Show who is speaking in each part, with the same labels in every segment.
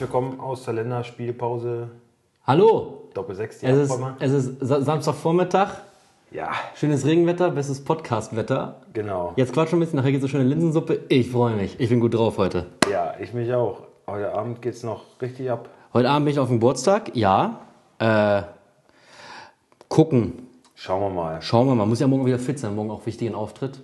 Speaker 1: willkommen aus der Länderspielpause
Speaker 2: Hallo!
Speaker 1: Doppel 6, die
Speaker 2: Es ist,
Speaker 1: Abkommen.
Speaker 2: es ist Sa- Samstagvormittag,
Speaker 1: Ja,
Speaker 2: schönes Regenwetter, bestes Podcastwetter.
Speaker 1: genau.
Speaker 2: Jetzt quatschen wir ein bisschen, nachher geht's so schöne Linsensuppe. Ich freue mich, ich bin gut drauf heute.
Speaker 1: Ja, ich mich auch. Heute Abend geht's noch richtig ab.
Speaker 2: Heute Abend bin ich auf dem Geburtstag, ja. Äh, gucken,
Speaker 1: Schauen wir mal.
Speaker 2: schauen wir mal, muss ja morgen wieder fit sein, morgen auch wichtigen Auftritt.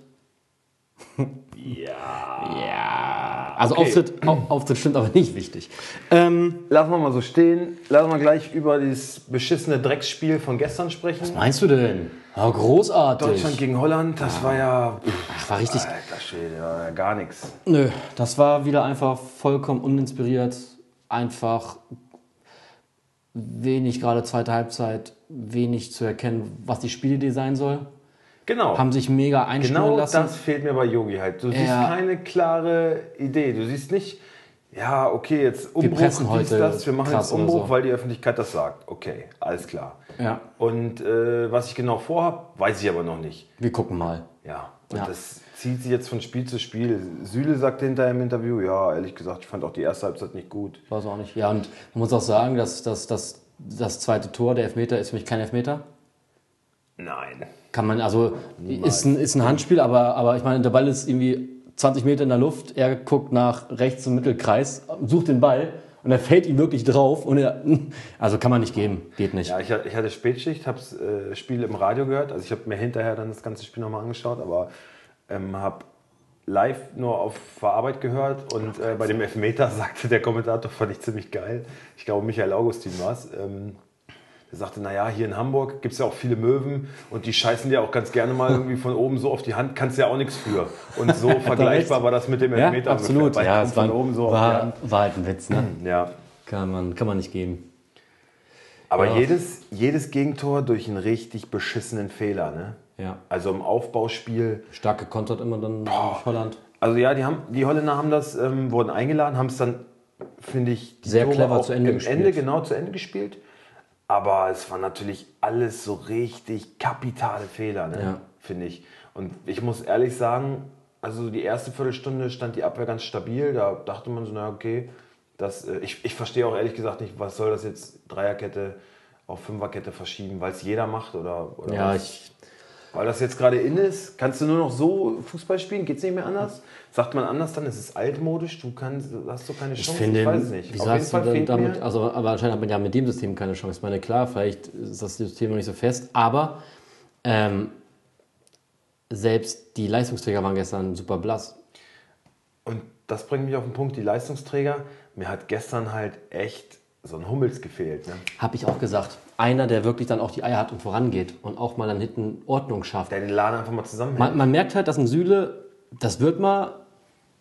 Speaker 1: Ja.
Speaker 2: Ja. Also
Speaker 1: Okay.
Speaker 2: Auftritt, Au- Auftritt stimmt aber nicht wichtig. Ähm,
Speaker 1: Lassen wir mal so stehen. Lassen wir gleich über dieses beschissene Drecksspiel von gestern sprechen.
Speaker 2: meinst du denn? Oh, großartig.
Speaker 1: Deutschland gegen Holland, das war ja.
Speaker 2: Ach, war richtig
Speaker 1: Alter Schwede, war ja gar nichts.
Speaker 2: Nö, das war wieder einfach vollkommen uninspiriert, einfach wenig gerade zweite Halbzeit, wenig zu erkennen, was die Spielidee sein soll.
Speaker 1: Genau.
Speaker 2: Haben sich mega einspielen
Speaker 1: Genau
Speaker 2: lassen.
Speaker 1: das fehlt mir bei Yogi halt. Du siehst
Speaker 2: Ja.
Speaker 1: keine klare Idee. Du siehst nicht, ja, okay, jetzt Umbruch,
Speaker 2: pressen
Speaker 1: dies,
Speaker 2: heute
Speaker 1: das, wir machen
Speaker 2: krass
Speaker 1: jetzt Umbruch,
Speaker 2: oder so.
Speaker 1: weil die Öffentlichkeit das sagt. Okay, alles klar.
Speaker 2: Ja,
Speaker 1: Und äh, was ich genau vorhab, weiß ich aber noch nicht.
Speaker 2: wir gucken mal.
Speaker 1: Ja, und
Speaker 2: Ja.
Speaker 1: das zieht sich jetzt von Spiel zu Spiel. Süle sagte hinterher im Interview, ja, ehrlich gesagt, ich fand auch die erste Halbzeit nicht gut.
Speaker 2: War es auch nicht. Ja, und man muss auch sagen, dass, dass, dass das zweite Tor, der Elfmeter, ist für mich kein Elfmeter.
Speaker 1: Nein.
Speaker 2: Kann man, also ist ein, ist ein Handspiel, aber, aber ich meine, der Ball ist irgendwie 20 Meter in der Luft, er guckt nach rechts im Mittelkreis, sucht den Ball und er fällt ihm wirklich drauf und er, also kann man nicht geben, geht nicht.
Speaker 1: Ja, ich, hat- ich hatte Spätschicht, habe das äh, Spiel im Radio gehört. Also ich habe mir hinterher dann das ganze Spiel nochmal angeschaut, aber ähm, habe live nur auf der Arbeit gehört. Und äh, bei dem Elfmeter sagte der Kommentator, fand ich ziemlich geil, ich glaube Michael Augustin war es, ähm, der sagte, naja, hier in Hamburg gibt es ja auch viele Möwen und die scheißen dir auch ganz gerne mal irgendwie von oben so auf die Hand, kannst ja auch nichts für. Und so vergleichbar war das mit dem
Speaker 2: Ja,
Speaker 1: Elfmeter.
Speaker 2: absolut.
Speaker 1: ungefähr, weil
Speaker 2: Ja,
Speaker 1: die
Speaker 2: es
Speaker 1: kommen
Speaker 2: war,
Speaker 1: von oben so auf die
Speaker 2: war,
Speaker 1: Hand.
Speaker 2: war halt ein Witz, ne?
Speaker 1: Ja.
Speaker 2: Kann man, kann man nicht geben.
Speaker 1: Aber
Speaker 2: Ja.
Speaker 1: jedes, jedes Gegentor durch einen richtig beschissenen Fehler, ne?
Speaker 2: Ja.
Speaker 1: Also im Aufbauspiel.
Speaker 2: Stark gekontert immer dann durch Holland.
Speaker 1: Also ja, die, haben, die Holländer haben das, ähm, wurden eingeladen, haben es dann, finde ich, die
Speaker 2: Sehr
Speaker 1: Tore
Speaker 2: clever
Speaker 1: auch
Speaker 2: zu Ende
Speaker 1: im
Speaker 2: gespielt.
Speaker 1: Ende genau zu Ende gespielt. Aber es waren natürlich alles so richtig kapitale Fehler, ne?
Speaker 2: Ja.
Speaker 1: finde ich. Und ich muss ehrlich sagen, also die erste Viertelstunde stand die Abwehr ganz stabil. Da dachte man so, na okay, das, äh, ich, ich verstehe auch ehrlich gesagt nicht, was soll das jetzt Dreierkette auf Fünferkette verschieben, weil es jeder macht oder, oder
Speaker 2: Ja,
Speaker 1: was?
Speaker 2: ich,
Speaker 1: Weil das jetzt gerade in ist, kannst du nur noch so Fußball spielen? Geht's nicht mehr anders? Sagt man anders dann, es ist altmodisch, du kannst, hast du keine
Speaker 2: ich
Speaker 1: Chance,
Speaker 2: finde,
Speaker 1: ich weiß es nicht.
Speaker 2: wie
Speaker 1: Auf jeden
Speaker 2: sagst du
Speaker 1: Fall
Speaker 2: denn
Speaker 1: fehlt
Speaker 2: damit?
Speaker 1: mir,
Speaker 2: Also, aber anscheinend hat man ja mit dem System keine Chance. Ich meine, klar, vielleicht ist das System noch nicht so fest, aber ähm, selbst die Leistungsträger waren gestern super blass.
Speaker 1: und das bringt mich auf den Punkt, die Leistungsträger, mir hat gestern halt echt so ein Hummels gefehlt. Ne?
Speaker 2: Habe ich auch gesagt. Einer, der wirklich dann auch die Eier hat und vorangeht und auch mal dann hinten Ordnung schafft.
Speaker 1: Der den Laden einfach mal zusammenhält.
Speaker 2: Man, man merkt halt, dass ein Süle, das wird mal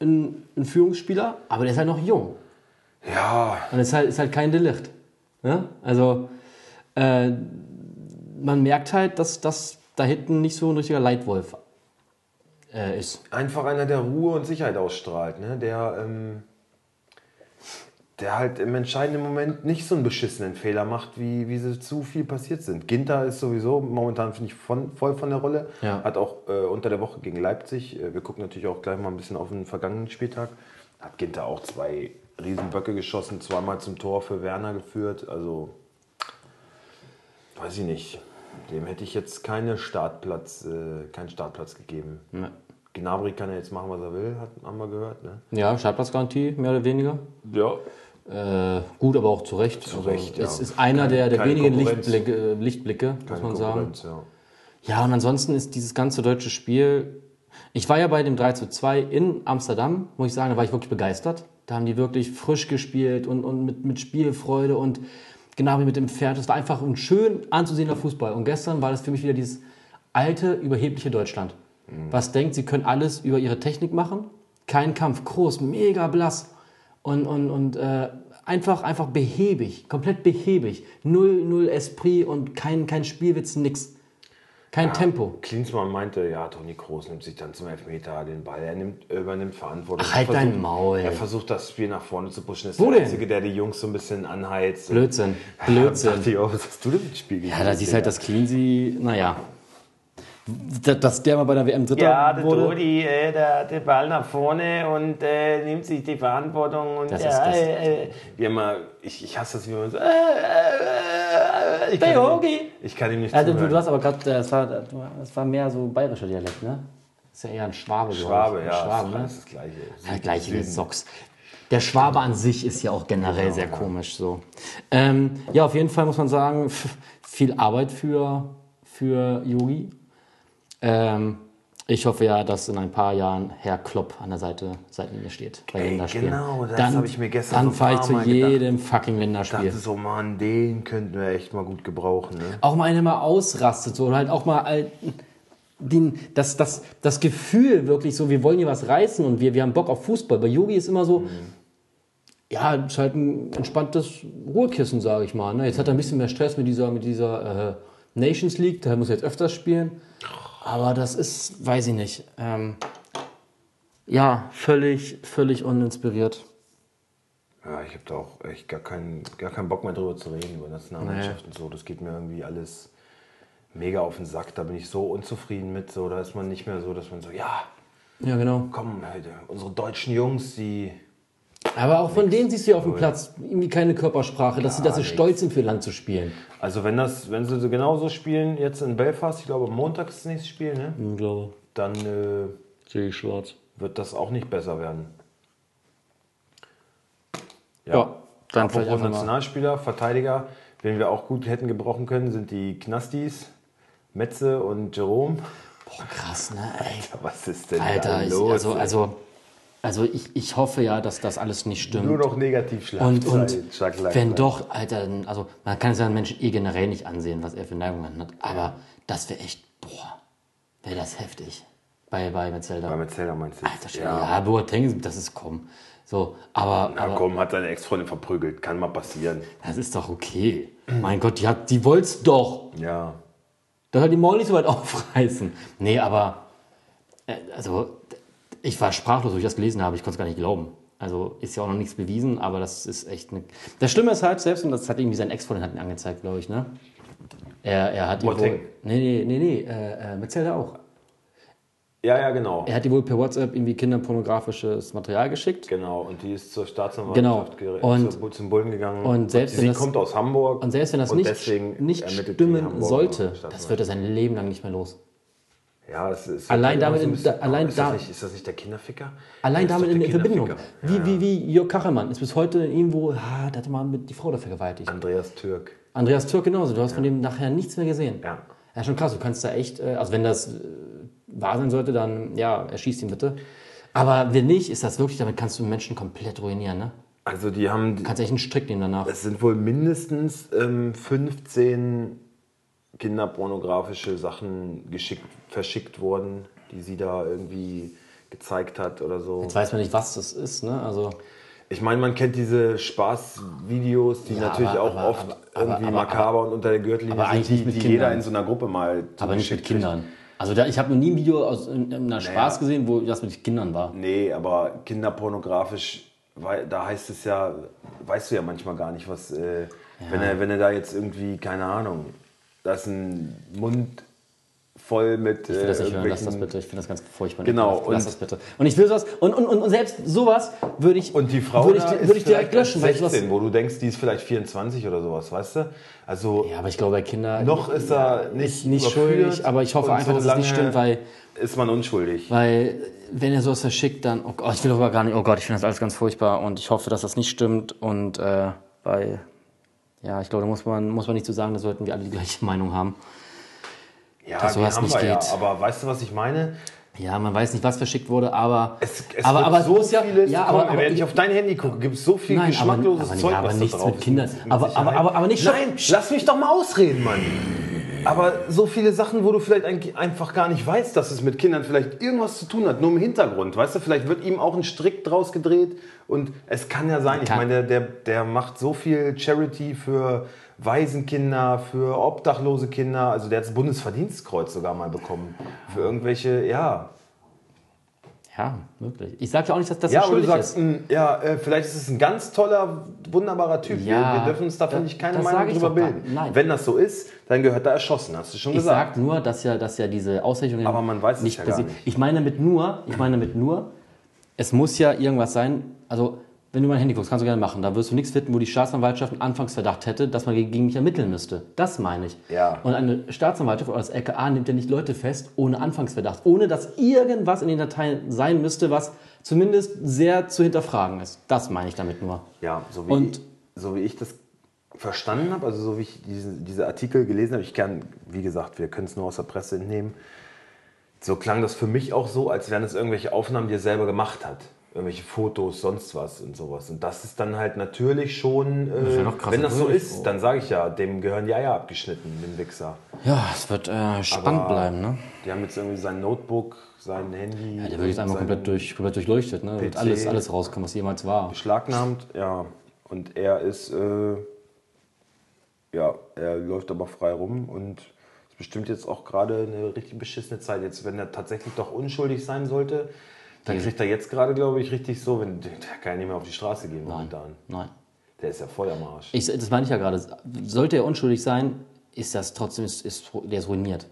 Speaker 2: ein, ein Führungsspieler, aber der ist halt noch jung.
Speaker 1: ja,
Speaker 2: Und ist halt, ist halt kein Delicht. Ne? Also äh, man merkt halt, dass, dass da hinten nicht so ein richtiger Leitwolf äh, ist.
Speaker 1: einfach einer, der Ruhe und Sicherheit ausstrahlt, ne? der, ähm, der halt im entscheidenden Moment nicht so einen beschissenen Fehler macht, wie, wie sie zu viel passiert sind. Ginter ist sowieso momentan, finde ich, von, voll von der Rolle.
Speaker 2: Ja.
Speaker 1: Hat auch äh, unter der Woche gegen Leipzig, äh, wir gucken natürlich auch gleich mal ein bisschen auf den vergangenen Spieltag, hat Ginter auch zwei Riesenböcke geschossen, zweimal zum Tor für Werner geführt. Also, weiß ich nicht. Dem hätte ich jetzt keine Startplatz, äh, keinen Startplatz gegeben.
Speaker 2: Ja,
Speaker 1: Gnabry kann ja jetzt machen, was er will, hat, haben wir gehört. Ne?
Speaker 2: ja Startplatzgarantie, mehr oder weniger.
Speaker 1: Ja.
Speaker 2: Äh, gut, aber auch zu Recht. Zu
Speaker 1: Recht, ja.
Speaker 2: Es ist einer
Speaker 1: Keine-
Speaker 2: der, der
Speaker 1: keine
Speaker 2: wenigen
Speaker 1: Konkurrenz.
Speaker 2: Lichtblicke, äh, Lichtblicke muss man sagen.
Speaker 1: Ja.
Speaker 2: Ja, und ansonsten ist dieses ganze deutsche Spiel. Ich war ja bei dem 3 zu 2 in Amsterdam, muss ich sagen, da war ich wirklich begeistert. Da haben die wirklich frisch gespielt und, und mit, mit Spielfreude und genau wie mit dem Pferd. Es war einfach ein schön anzusehender Fußball. Und gestern war das für mich wieder dieses alte, überhebliche Deutschland. Was denkt, sie können alles über ihre Technik machen? Kein Kampf, groß, mega blass und, und, und äh, einfach, einfach behäbig, komplett behäbig. Null, null Esprit und kein, kein Spielwitz, nix. Kein Tempo.
Speaker 1: Klinsmann meinte, ja, Toni Kroos nimmt sich dann zum Elfmeter den Ball, er nimmt, übernimmt Verantwortung.
Speaker 2: Ach, halt
Speaker 1: Er versucht-
Speaker 2: dein Maul.
Speaker 1: Er versucht das Spiel nach vorne zu pushen, ist
Speaker 2: Wo
Speaker 1: der
Speaker 2: denn?
Speaker 1: Einzige, der die Jungs so ein bisschen anheizt.
Speaker 2: Blödsinn,
Speaker 1: Ja,
Speaker 2: Blödsinn. halt,
Speaker 1: dachte ich auch, was hast du denn mit dem Spiel
Speaker 2: Ja, da siehst halt das Cleansy, naja. Da- Dass der mal bei der WM Dritter
Speaker 3: Ja, der
Speaker 2: wurde.
Speaker 3: Dodi, äh, der hat den Ball nach vorne und äh, nimmt sich die Verantwortung. Und
Speaker 2: Das
Speaker 3: ja,
Speaker 2: ist das.
Speaker 3: Äh, äh,
Speaker 1: Wie immer, ich, ich hasse das, wie man so. Äh, äh, äh, ich, kann ihm,
Speaker 2: Hogi.
Speaker 1: ich kann ihm nicht
Speaker 2: Also du,
Speaker 1: zuhören.
Speaker 2: du hast aber gerade, das war, das war mehr so bayerischer Dialekt, ne? Ist ja eher ein Schwabe. glaub ich.
Speaker 1: Schwabe,
Speaker 2: Ein
Speaker 1: ja,
Speaker 2: Schwabe,
Speaker 1: ist
Speaker 2: ne?
Speaker 1: alles das Gleiche.
Speaker 2: Ja, gleiche wie Socks. Der Schwabe an sich ist ja auch generell
Speaker 1: Genau,
Speaker 2: sehr komisch so. Ähm, ja, auf jeden Fall muss man sagen, pff, viel Arbeit für, für Yogi. Ähm, ich hoffe ja, dass in ein paar Jahren Herr Klopp an der Seite Seitenlinie steht bei
Speaker 1: Ey,
Speaker 2: Länderspielen.
Speaker 1: genau, das
Speaker 2: Dann-
Speaker 1: hab ich mir gestern
Speaker 2: Dann
Speaker 1: so ein
Speaker 2: fahre ich
Speaker 1: paar
Speaker 2: zu
Speaker 1: Mal gedacht.
Speaker 2: jedem fucking
Speaker 1: Ich dachte
Speaker 2: Länderspiel.
Speaker 1: so, Mann, den könnten wir echt mal gut gebrauchen. Ne?
Speaker 2: auch mal einer mal ausrastet so, oder halt auch mal all- den, das, das, das Gefühl wirklich so, wir wollen hier was reißen und wir, wir haben Bock auf Fußball. Bei Yogi ist immer so, ja, ist halt ein entspanntes Ruhekissen, sage ich mal. Ne? Jetzt hat er ein bisschen mehr Stress mit dieser, mit dieser äh, Nations League, daher muss er jetzt öfters spielen. Aber das ist, weiß ich nicht. Ähm, ja, völlig, völlig uninspiriert.
Speaker 1: Ja, ich habe da auch echt gar keinen, gar keinen Bock mehr drüber zu reden, über Nationalmannschaft und so. Das geht mir irgendwie alles mega auf den Sack. Da bin ich so unzufrieden mit. So, da ist man nicht mehr so, dass man so, ja,
Speaker 2: Ja, genau.
Speaker 1: komm, Leute, unsere deutschen Jungs, die.
Speaker 2: Aber auch von denen siehst du ja auf dem Platz irgendwie keine Körpersprache, dass sie, dass sie stolz sind, für ihr Land zu spielen.
Speaker 1: Also wenn das, wenn sie so genauso spielen, jetzt in Belfast, ich glaube Montag ist das nächste Spiel, ne?
Speaker 2: Ich glaube.
Speaker 1: Dann äh,
Speaker 2: Sehe ich schwarz.
Speaker 1: wird das auch nicht besser werden.
Speaker 2: Ja, dann
Speaker 1: Apropos
Speaker 2: vielleicht einfach mal.
Speaker 1: Nationalspieler, Verteidiger, wen wir auch gut hätten gebrauchen können, sind die Knastis, Metze und Jerome.
Speaker 2: Krass, ne? Ey.
Speaker 1: Was ist denn
Speaker 2: Alter,
Speaker 1: da
Speaker 2: ich,
Speaker 1: los?
Speaker 2: also, also, also ich, ich hoffe ja, dass das alles nicht stimmt.
Speaker 1: Nur noch Negativschlagzeilen.
Speaker 2: Und, und
Speaker 1: Schlagzeilen.
Speaker 2: wenn doch, Alter, dann- also man kann es ja einem Menschen eh generell nicht ansehen, was er für Neigungen hat. ne? Aber das wäre echt, boah, wäre das heftig. Bei, bei Metzelda.
Speaker 1: Bei Metzelder meinst du?
Speaker 2: Alter, Schwede, ja, ja Boateng, das ist komm. So, aber,
Speaker 1: Na
Speaker 2: aber
Speaker 1: komm, hat seine Ex-Freundin verprügelt. Kann mal passieren.
Speaker 2: das ist doch okay. Mein Gott, die, hat, die wollt's doch.
Speaker 1: Ja.
Speaker 2: Da soll die Maul nicht so weit aufreißen. Nee, aber äh, also d- ich war sprachlos, als ich das gelesen habe. Ich konnte es gar nicht glauben. Also ist ja auch noch nichts bewiesen, aber das ist echt eine. Das Schlimme ist halt selbst, und das hat irgendwie sein Ex-Freundin hat ihn angezeigt, glaube ich, ne? Er, er hat die
Speaker 1: Boateng.
Speaker 2: wohl. Nee, nee, nee, nee. Äh, äh, Metzelder auch.
Speaker 1: Ja, ja, genau.
Speaker 2: Er hat die wohl per WhatsApp irgendwie kinderpornografisches Material geschickt.
Speaker 1: Genau, und die ist zur Staatsanwaltschaft
Speaker 2: Genau,
Speaker 1: ger-
Speaker 2: und-
Speaker 1: zur- zum Bullen gegangen.
Speaker 2: und selbst
Speaker 1: sie
Speaker 2: wenn das-
Speaker 1: kommt aus Hamburg.
Speaker 2: Und selbst wenn das nicht,
Speaker 1: deswegen
Speaker 2: nicht
Speaker 1: ermittelt die
Speaker 2: stimmen
Speaker 1: Hamburger
Speaker 2: sollte, das
Speaker 1: Staatsanwaltschaft.
Speaker 2: wird er sein Leben lang nicht mehr los.
Speaker 1: Ja, es ist
Speaker 2: Allein
Speaker 1: halt immer
Speaker 2: damit
Speaker 1: so ein
Speaker 2: in-
Speaker 1: bisschen-
Speaker 2: da- allein
Speaker 1: ist, das
Speaker 2: da-
Speaker 1: nicht, ist das nicht der Kinderficker?
Speaker 2: Allein
Speaker 1: Das ist
Speaker 2: damit
Speaker 1: doch
Speaker 2: in,
Speaker 1: der
Speaker 2: in Verbindung.
Speaker 1: Kinderficker.
Speaker 2: Wie, wie, wie Jörg Kachemann ist bis heute irgendwo, ah, der hatte mal mit die Frau da vergewaltigt.
Speaker 1: Andreas Türk.
Speaker 2: Andreas Türk genauso, du hast von dem nachher nichts mehr gesehen.
Speaker 1: Ja.
Speaker 2: Ja, schon krass, du kannst da echt, äh, also wenn das äh, wahr sein sollte, dann ja, erschießt ihn bitte. Aber wenn nicht, ist das wirklich, damit kannst du Menschen komplett ruinieren, ne?
Speaker 1: Also die haben, die-
Speaker 2: Kannst echt einen Strick nehmen danach.
Speaker 1: es sind wohl mindestens ähm, 15 kinderpornografische Sachen geschickt, verschickt worden, die sie da irgendwie gezeigt hat oder so.
Speaker 2: Jetzt weiß man nicht, was das ist, ne? Also,
Speaker 1: Ich meine, man kennt diese Spaßvideos, die
Speaker 2: Ja,
Speaker 1: natürlich
Speaker 2: aber-
Speaker 1: auch
Speaker 2: aber-
Speaker 1: oft
Speaker 2: aber-
Speaker 1: irgendwie
Speaker 2: aber-
Speaker 1: makaber und unter der Gürtellinie
Speaker 2: aber eigentlich
Speaker 1: sind, die,
Speaker 2: nicht mit
Speaker 1: die
Speaker 2: Kindern.
Speaker 1: jeder in so einer Gruppe mal
Speaker 2: aber nicht mit
Speaker 1: zugeschickt kriegt.
Speaker 2: Kindern. Also da, ich habe noch nie ein Video aus in, in einer Spaß gesehen, wo das mit Kindern war.
Speaker 1: Nee, aber kinderpornografisch, weil da heißt es ja, weißt du ja manchmal gar nicht, was, äh, wenn, er, wenn er da jetzt irgendwie, keine Ahnung, da ist ein Mund voll mit.
Speaker 2: Ich will das
Speaker 1: äh,
Speaker 2: nicht hören, lass das
Speaker 1: irgendwelchen-
Speaker 2: bitte. Ich finde das ganz furchtbar.
Speaker 1: Genau,
Speaker 2: Lass- Lass
Speaker 1: und-
Speaker 2: das bitte. Und ich will sowas. Und, und, und, und selbst sowas würde ich.
Speaker 1: Und die Frau
Speaker 2: würde ich,
Speaker 1: da ist
Speaker 2: würde ich direkt
Speaker 1: vielleicht erst
Speaker 2: löschen, weil ich
Speaker 1: 16,
Speaker 2: was.
Speaker 1: wo du denkst, die ist vielleicht 24 oder sowas, weißt du? Also
Speaker 2: Ja, aber ich glaube, bei Kindern.
Speaker 1: noch ist er nicht,
Speaker 2: Ist nicht
Speaker 1: überführt
Speaker 2: schuldig, aber ich hoffe
Speaker 1: und
Speaker 2: einfach, dass es nicht
Speaker 1: solange
Speaker 2: stimmt, weil,
Speaker 1: ist man unschuldig.
Speaker 2: weil wenn er sowas verschickt, dann. Oh Gott, ich will aber gar nicht. Oh Gott, ich finde das alles ganz furchtbar und ich hoffe, dass das nicht stimmt. Und äh, weil. Ja, ich glaube, da muss man, muss man nicht zu sagen, da sollten wir alle die gleiche Meinung haben.
Speaker 1: Ja,
Speaker 2: dass
Speaker 1: die
Speaker 2: sowas
Speaker 1: haben
Speaker 2: nicht
Speaker 1: wir ja,
Speaker 2: geht.
Speaker 1: aber weißt du, was ich meine?
Speaker 2: Ja, man weiß nicht, was verschickt wurde, aber.
Speaker 1: Es, es
Speaker 2: aber
Speaker 1: wird
Speaker 2: aber
Speaker 1: so
Speaker 2: ist ja,
Speaker 1: vieles
Speaker 2: ja, aber,
Speaker 1: kommen.
Speaker 2: aber
Speaker 1: Wenn ich auf dein Handy gucke, gibt es so viel
Speaker 2: Nein, aber-
Speaker 1: geschmackloses
Speaker 2: aber-
Speaker 1: Zeug,
Speaker 2: aber
Speaker 1: was da
Speaker 2: nichts
Speaker 1: drauf
Speaker 2: mit
Speaker 1: ist,
Speaker 2: Kindern. Aber- aber-
Speaker 1: Sicherheit.
Speaker 2: aber- aber nicht schon-
Speaker 1: Nein, lass mich doch mal ausreden, Mann. Aber so viele Sachen, wo du vielleicht ein- einfach gar nicht weißt, dass es mit Kindern vielleicht irgendwas zu tun hat, nur im Hintergrund. Weißt du, vielleicht wird ihm auch ein Strick draus gedreht. Und es kann ja sein, ich
Speaker 2: Kann.
Speaker 1: meine, der, der, der macht so viel Charity für Waisenkinder, für obdachlose Kinder. Also der hat das Bundesverdienstkreuz sogar mal bekommen. Für irgendwelche, ja,
Speaker 2: Ja, wirklich. Ich sage ja auch nicht, dass das
Speaker 1: Ja,
Speaker 2: so
Speaker 1: aber du
Speaker 2: schuldig
Speaker 1: sagst,
Speaker 2: ist.
Speaker 1: ein, ja, äh, vielleicht ist es ein ganz toller, wunderbarer Typ.
Speaker 2: Ja,
Speaker 1: wir, wir dürfen uns da, finde
Speaker 2: das-
Speaker 1: ich, keine
Speaker 2: das sag
Speaker 1: Meinung
Speaker 2: ich
Speaker 1: drüber
Speaker 2: doch gar
Speaker 1: bilden.
Speaker 2: nicht. Nein.
Speaker 1: Wenn das so ist, dann gehört da erschossen, hast du schon
Speaker 2: Ich
Speaker 1: gesagt.
Speaker 2: sage nur, dass ja, dass ja diese Auszeichnungen
Speaker 1: Aber man weiß es ja gar
Speaker 2: besi-
Speaker 1: nicht.
Speaker 2: Ich meine damit nur, ich meine damit nur, es muss ja irgendwas sein. Also wenn du mein Handy guckst, kannst du gerne machen. Da wirst du nichts finden, wo die Staatsanwaltschaft einen Anfangsverdacht hätte, dass man gegen mich ermitteln müsste. Das meine ich.
Speaker 1: Ja.
Speaker 2: Und eine Staatsanwaltschaft oder das LKA nimmt ja nicht Leute fest ohne Anfangsverdacht, ohne dass irgendwas in den Dateien sein müsste, was zumindest sehr zu hinterfragen ist. Das meine ich damit nur.
Speaker 1: Ja, so wie,
Speaker 2: Und-
Speaker 1: ich, so wie ich das verstanden habe, also so wie ich diese, diese Artikel gelesen habe, ich kann, wie gesagt, wir können es nur aus der Presse entnehmen, so klang das für mich auch so, als wären es irgendwelche Aufnahmen, die er selber gemacht hat. Irgendwelche Fotos, sonst was und sowas. Und das ist dann halt natürlich schon,
Speaker 2: ist ja
Speaker 1: äh,
Speaker 2: noch krasser
Speaker 1: wenn das so
Speaker 2: durch,
Speaker 1: ist, dann sage ich ja, dem gehören die Eier abgeschnitten, dem Wichser.
Speaker 2: Ja, es wird äh, spannend
Speaker 1: Aber-
Speaker 2: bleiben, ne?
Speaker 1: Die haben jetzt irgendwie sein Notebook, sein Handy.
Speaker 2: Ja, der wird jetzt einmal
Speaker 1: sein-
Speaker 2: komplett, durch, komplett durchleuchtet, ne? Wird
Speaker 1: PC.
Speaker 2: alles, alles rauskommen, was jemals war.
Speaker 1: beschlagnahmt, ja. Und er ist, äh, ja, er läuft aber frei rum und ist bestimmt jetzt auch gerade eine richtig beschissene Zeit. Jetzt, wenn er tatsächlich doch unschuldig sein sollte, dann
Speaker 2: Ja.
Speaker 1: kriegt er jetzt gerade, glaube ich, richtig so, wenn der kann ja nicht mehr auf die Straße gehen
Speaker 2: Nein.
Speaker 1: momentan.
Speaker 2: Nein.
Speaker 1: Der ist ja voll am Arsch.
Speaker 2: Ich, das meine ich ja gerade. Sollte er unschuldig sein, ist das trotzdem, ist, ist, der ist ruiniert.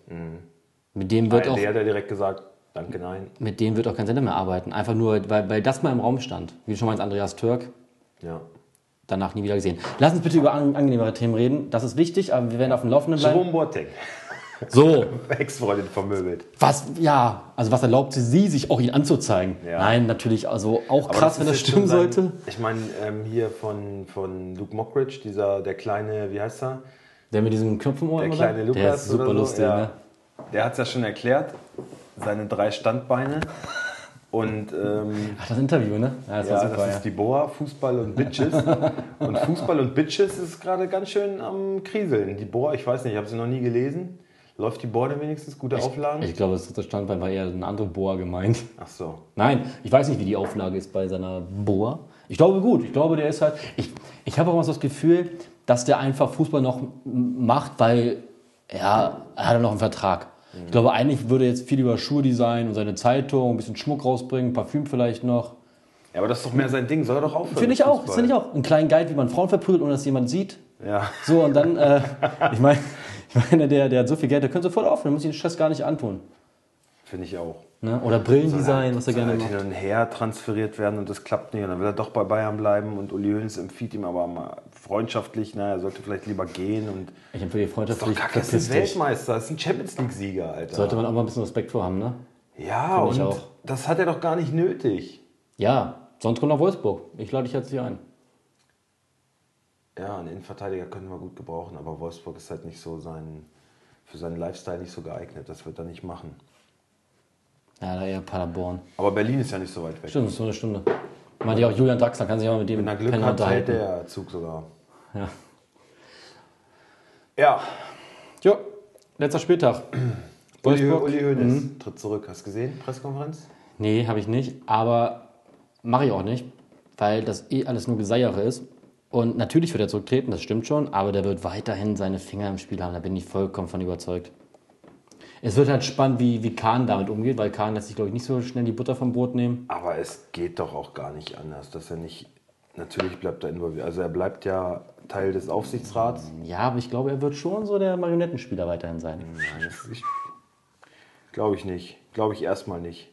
Speaker 2: Mit dem
Speaker 1: Mhm.
Speaker 2: wird
Speaker 1: Der
Speaker 2: auch,
Speaker 1: hat ja direkt gesagt, danke, nein.
Speaker 2: mit dem wird auch kein Sender mehr arbeiten. Einfach nur, weil, weil das mal im Raum stand. Wie schon mal Andreas Türk,
Speaker 1: Ja.
Speaker 2: danach nie wieder gesehen. Lass uns bitte über an, angenehmere Themen reden. Das ist wichtig, aber wir werden auf dem Laufenden bleiben.
Speaker 1: Jerome Boateng,
Speaker 2: So,
Speaker 1: Ex-Freundin vermöbelt.
Speaker 2: was, ja, also was erlaubte sie, sich auch ihn anzuzeigen?
Speaker 1: Ja.
Speaker 2: Nein, natürlich, also auch
Speaker 1: Aber
Speaker 2: krass,
Speaker 1: ist
Speaker 2: wenn das
Speaker 1: jetzt
Speaker 2: stimmen
Speaker 1: schon sein-
Speaker 2: sollte.
Speaker 1: Ich meine, ähm, hier von, von Luke Mockridge, dieser, der kleine, wie heißt er?
Speaker 2: Der mit diesem Knopf im Ohr
Speaker 1: Der
Speaker 2: immer
Speaker 1: kleine
Speaker 2: sagt,
Speaker 1: Lukas.
Speaker 2: der ist super
Speaker 1: oder so,
Speaker 2: lustig,
Speaker 1: ja.
Speaker 2: ne?
Speaker 1: Der hat es ja schon erklärt, seine drei Standbeine. Und ähm,
Speaker 2: Ach, das Interview, ne? Ja, das
Speaker 1: ja,
Speaker 2: war super,
Speaker 1: das
Speaker 2: ja.
Speaker 1: ist die Boa, Fußball und Bitches. und Fußball und Bitches ist gerade ganz schön am Kriseln. Die Boa, ich weiß nicht, ich habe sie noch nie gelesen. Läuft die Boa denn wenigstens gute Auflagen?
Speaker 2: Ich glaube, das dritte Standbein war eher eine andere Boa gemeint.
Speaker 1: Ach so.
Speaker 2: Nein, ich weiß nicht, wie die Auflage ist bei seiner Boa. Ich glaube gut, ich glaube, der ist halt. Ich, ich habe auch immer so das Gefühl, dass der einfach Fußball noch m- macht, weil ja, er hat ja noch einen Vertrag. Ich glaube, eigentlich würde er jetzt viel über Schuhdesign und seine Zeitung, ein bisschen Schmuck rausbringen, Parfüm vielleicht noch.
Speaker 1: Ja, aber das ist doch mehr sein Ding, soll er doch aufhören.
Speaker 2: Finde ich auch, das finde ich auch. Einen kleinen Guide, wie man Frauen verprügelt, ohne dass jemand sieht.
Speaker 1: auch. Ja.
Speaker 2: So, und dann, äh, ich meine, ich meine der, der hat so viel Geld, der könnte sofort aufhören, der muss sich den Stress gar nicht antun.
Speaker 1: Finde ich auch.
Speaker 2: Ne? Oder Brillendesign, was er gerne
Speaker 1: halt
Speaker 2: macht.
Speaker 1: hin und her transferiert werden und das klappt nicht. Und dann will er doch bei Bayern bleiben und Uli Hoeneß empfiehlt ihm aber mal freundschaftlich, naja, er sollte vielleicht lieber gehen und
Speaker 2: Ich empfehle dir
Speaker 1: Doch,
Speaker 2: freundschaftlich,
Speaker 1: Kacke, das ist
Speaker 2: verpiss
Speaker 1: ein
Speaker 2: dich.
Speaker 1: Weltmeister, das ist ein Champions League-Sieger, Alter.
Speaker 2: Sollte man auch mal ein bisschen Respekt vor haben, ne?
Speaker 1: ja,
Speaker 2: ich
Speaker 1: und
Speaker 2: auch.
Speaker 1: das hat er doch gar nicht nötig.
Speaker 2: Ja, sonst kommt nach Wolfsburg. Ich lade dich jetzt hier ein.
Speaker 1: Ja, einen Innenverteidiger können wir gut gebrauchen, aber Wolfsburg ist halt nicht so sein, für seinen Lifestyle nicht so geeignet. Das wird er nicht machen.
Speaker 2: Ja, da eher Paderborn.
Speaker 1: Aber Berlin ist ja nicht so weit weg.
Speaker 2: Stimmt, so eine Stunde. Meinte ja auch Julian Draxler, kann sich ja mal mit dem
Speaker 1: Wenn er Glück
Speaker 2: Penner
Speaker 1: hat, hält
Speaker 2: unterhalten.
Speaker 1: der Zug sogar.
Speaker 2: Ja.
Speaker 1: Ja,
Speaker 2: Jo, letzter Spieltag.
Speaker 1: Uli, Hö-
Speaker 2: Wolfsburg. Mhm.
Speaker 1: Uli Hoeneß tritt zurück. Hast du gesehen, Pressekonferenz?
Speaker 2: Nee, habe ich nicht. Aber mache ich auch nicht, weil das eh alles nur Geseiere ist. Und natürlich wird er zurücktreten, das stimmt schon, aber der wird weiterhin seine Finger im Spiel haben, da bin ich vollkommen von überzeugt. Es wird halt spannend, wie, wie Kahn damit umgeht, weil Kahn lässt sich, glaube ich, nicht so schnell die Butter vom Brot nehmen.
Speaker 1: Aber es geht doch auch gar nicht anders, dass er nicht. Natürlich bleibt er involviert. Also er bleibt ja Teil des Aufsichtsrats.
Speaker 2: Ja, aber ich glaube, er wird schon so der Marionettenspieler weiterhin sein.
Speaker 1: Mhm. Glaube ich nicht. Glaube ich erstmal nicht.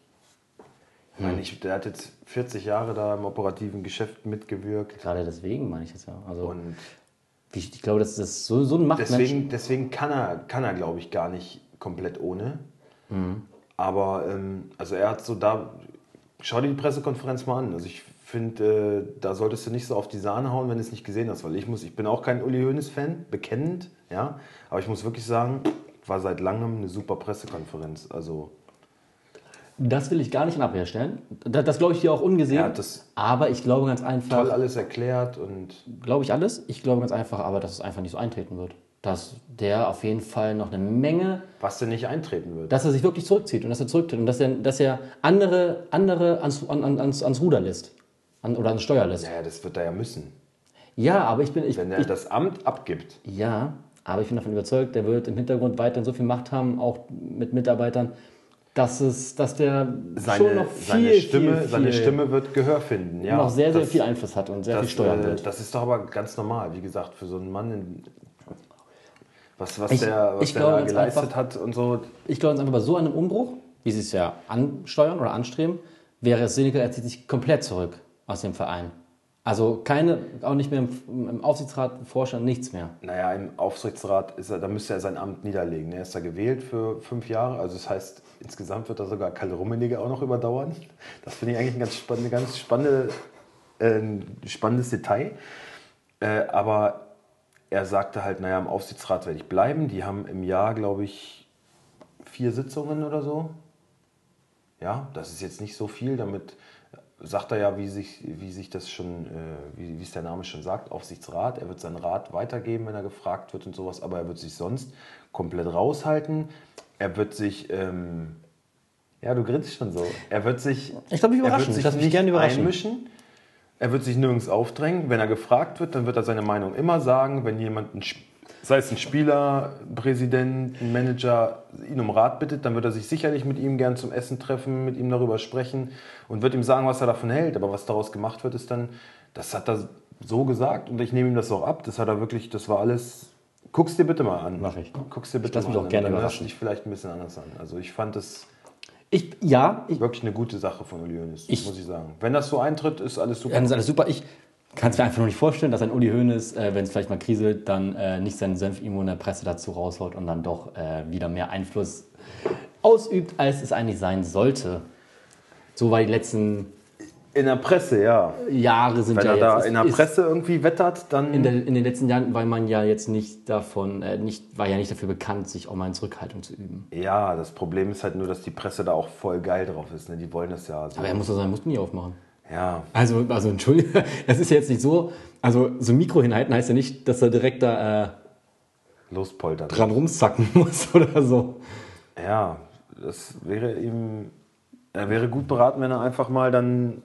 Speaker 1: Ich meine, ich, der hat jetzt 40 Jahre da im operativen Geschäft mitgewirkt.
Speaker 2: Gerade deswegen meine ich das ja. Also,
Speaker 1: Und
Speaker 2: ich, ich glaube, das ist so, so ein Machtmensch.
Speaker 1: deswegen, deswegen kann er, kann er glaube ich, gar nicht komplett ohne.
Speaker 2: Mhm.
Speaker 1: Aber ähm, also er hat so da. Schau dir die Pressekonferenz mal an. Also ich finde, äh, da solltest du nicht so auf die Sahne hauen, wenn du es nicht gesehen hast. Weil ich muss, ich bin auch kein Uli Hoeneß-Fan, bekennend, ja. Aber ich muss wirklich sagen, war seit langem eine super Pressekonferenz. Also
Speaker 2: Das will ich gar nicht in Abrede stellen. Das, das glaube ich dir auch ungesehen.
Speaker 1: Ja, das-
Speaker 2: aber ich glaube ganz einfach.
Speaker 1: toll alles erklärt und
Speaker 2: glaube ich alles. Ich glaube ganz einfach aber, dass es einfach nicht so eintreten wird. Dass der auf jeden Fall noch eine Menge,
Speaker 1: was denn nicht eintreten wird.
Speaker 2: dass er sich wirklich zurückzieht und dass er zurücktritt und dass er, dass er andere, andere ans, an, an- ans, ans Ruder lässt. An, oder ans Steuer lässt.
Speaker 1: Naja, das wird er ja müssen.
Speaker 2: Ja, aber ich bin. Ich,
Speaker 1: Wenn er
Speaker 2: ich,
Speaker 1: das Amt abgibt,
Speaker 2: ja, aber ich bin davon überzeugt, der wird im Hintergrund weiterhin so viel Macht haben, auch mit Mitarbeitern, dass, es, dass der schon
Speaker 1: Seine,
Speaker 2: noch viel,
Speaker 1: seine, Stimme,
Speaker 2: viel,
Speaker 1: seine
Speaker 2: viel
Speaker 1: Stimme wird Gehör finden. Ja,
Speaker 2: noch sehr, sehr
Speaker 1: Das-
Speaker 2: viel Einfluss hat und sehr viel
Speaker 1: Das,
Speaker 2: steuern
Speaker 1: äh,
Speaker 2: wird.
Speaker 1: das ist doch aber ganz normal, wie gesagt, für so einen Mann, in, was, was
Speaker 2: Ich-
Speaker 1: der, was
Speaker 2: ich
Speaker 1: der
Speaker 2: glaube
Speaker 1: da
Speaker 2: ganz
Speaker 1: geleistet
Speaker 2: einfach-
Speaker 1: hat und so.
Speaker 2: ich glaube, einfach bei so einem Umbruch, wie sie es ja ansteuern oder anstreben, wäre es sinniger, er zieht sich komplett zurück aus dem Verein. Also keine, auch nicht mehr im, im Aufsichtsrat, im Vorstand, nichts mehr.
Speaker 1: Naja, im Aufsichtsrat, ist er, da müsste er sein Amt niederlegen. Er ist da gewählt für fünf Jahre, also das heißt, insgesamt wird da sogar Kalle Rummenigge auch noch überdauern. Das finde ich eigentlich ein ganz, spannende, ganz spannende, äh, ein spannendes Detail. Äh, aber er sagte halt, naja, im Aufsichtsrat werde ich bleiben. Die haben im Jahr, glaube ich, vier Sitzungen oder so. Ja, das ist jetzt nicht so viel. Damit sagt er ja, wie sich, wie sich das schon, äh, wie, wie es der Name schon sagt, Aufsichtsrat. Er wird seinen Rat weitergeben, wenn er gefragt wird und sowas, aber er wird sich sonst komplett raushalten. Er wird sich, ähm, ja, du grinst schon so. Er wird sich,
Speaker 2: Ich glaube, ich
Speaker 1: er
Speaker 2: überraschen.
Speaker 1: wird
Speaker 2: Ich
Speaker 1: sich
Speaker 2: lasse mich
Speaker 1: nicht
Speaker 2: gerne überraschen.
Speaker 1: einmischen. Er wird sich nirgends aufdrängen. Wenn er gefragt wird, dann wird er seine Meinung immer sagen. Wenn jemand, ein, Sp- sei es ein Spieler, ein Präsident, ein Manager, ihn um Rat bittet, dann wird er sich sicherlich mit ihm gern zum Essen treffen, mit ihm darüber sprechen und wird ihm sagen, was er davon hält. Aber was daraus gemacht wird, ist dann, das hat er so gesagt und ich nehme ihm das auch ab. Das hat er wirklich, das war alles. Guck's dir bitte mal an.
Speaker 2: Mach ich.
Speaker 1: Guck's dir bitte
Speaker 2: lass
Speaker 1: mal
Speaker 2: mich auch
Speaker 1: an.
Speaker 2: gerne
Speaker 1: dann hörst du
Speaker 2: überraschen.
Speaker 1: dich vielleicht ein bisschen anders an. Also ich fand es
Speaker 2: Ich, ja, ich,
Speaker 1: wirklich eine gute Sache von Uli Hoeneß,
Speaker 2: Ich-
Speaker 1: muss ich sagen. Wenn das so eintritt, ist alles super.
Speaker 2: dann ist alles super. Ich kann es mir einfach nur nicht vorstellen, dass ein Uli Hoeneß, äh, wenn es vielleicht mal kriselt, dann äh, nicht seinen Senf irgendwo in der Presse dazu raushaut und dann doch äh, wieder mehr Einfluss ausübt, als es eigentlich sein sollte. So war die letzten
Speaker 1: In der Presse, ja.
Speaker 2: Jahre sind
Speaker 1: Wenn
Speaker 2: ja
Speaker 1: er da
Speaker 2: jetzt.
Speaker 1: in der
Speaker 2: ist,
Speaker 1: Presse irgendwie wettert, dann.
Speaker 2: In, der, in den letzten Jahren war man ja jetzt nicht davon, äh, nicht, war ja nicht dafür bekannt, sich auch mal in Zurückhaltung zu üben.
Speaker 1: ja, das Problem ist halt nur, dass die Presse da auch voll geil drauf ist. Ne? Die wollen das ja so.
Speaker 2: Aber er muss doch seinen Mund nie aufmachen.
Speaker 1: ja.
Speaker 2: Also, also entschuldige, das ist ja jetzt nicht so, also so Mikro hinhalten heißt ja nicht, dass er direkt da äh,
Speaker 1: Lospoltern.
Speaker 2: dran rumzacken muss oder so.
Speaker 1: Ja, das wäre ihm. Er wäre gut beraten, wenn er einfach mal dann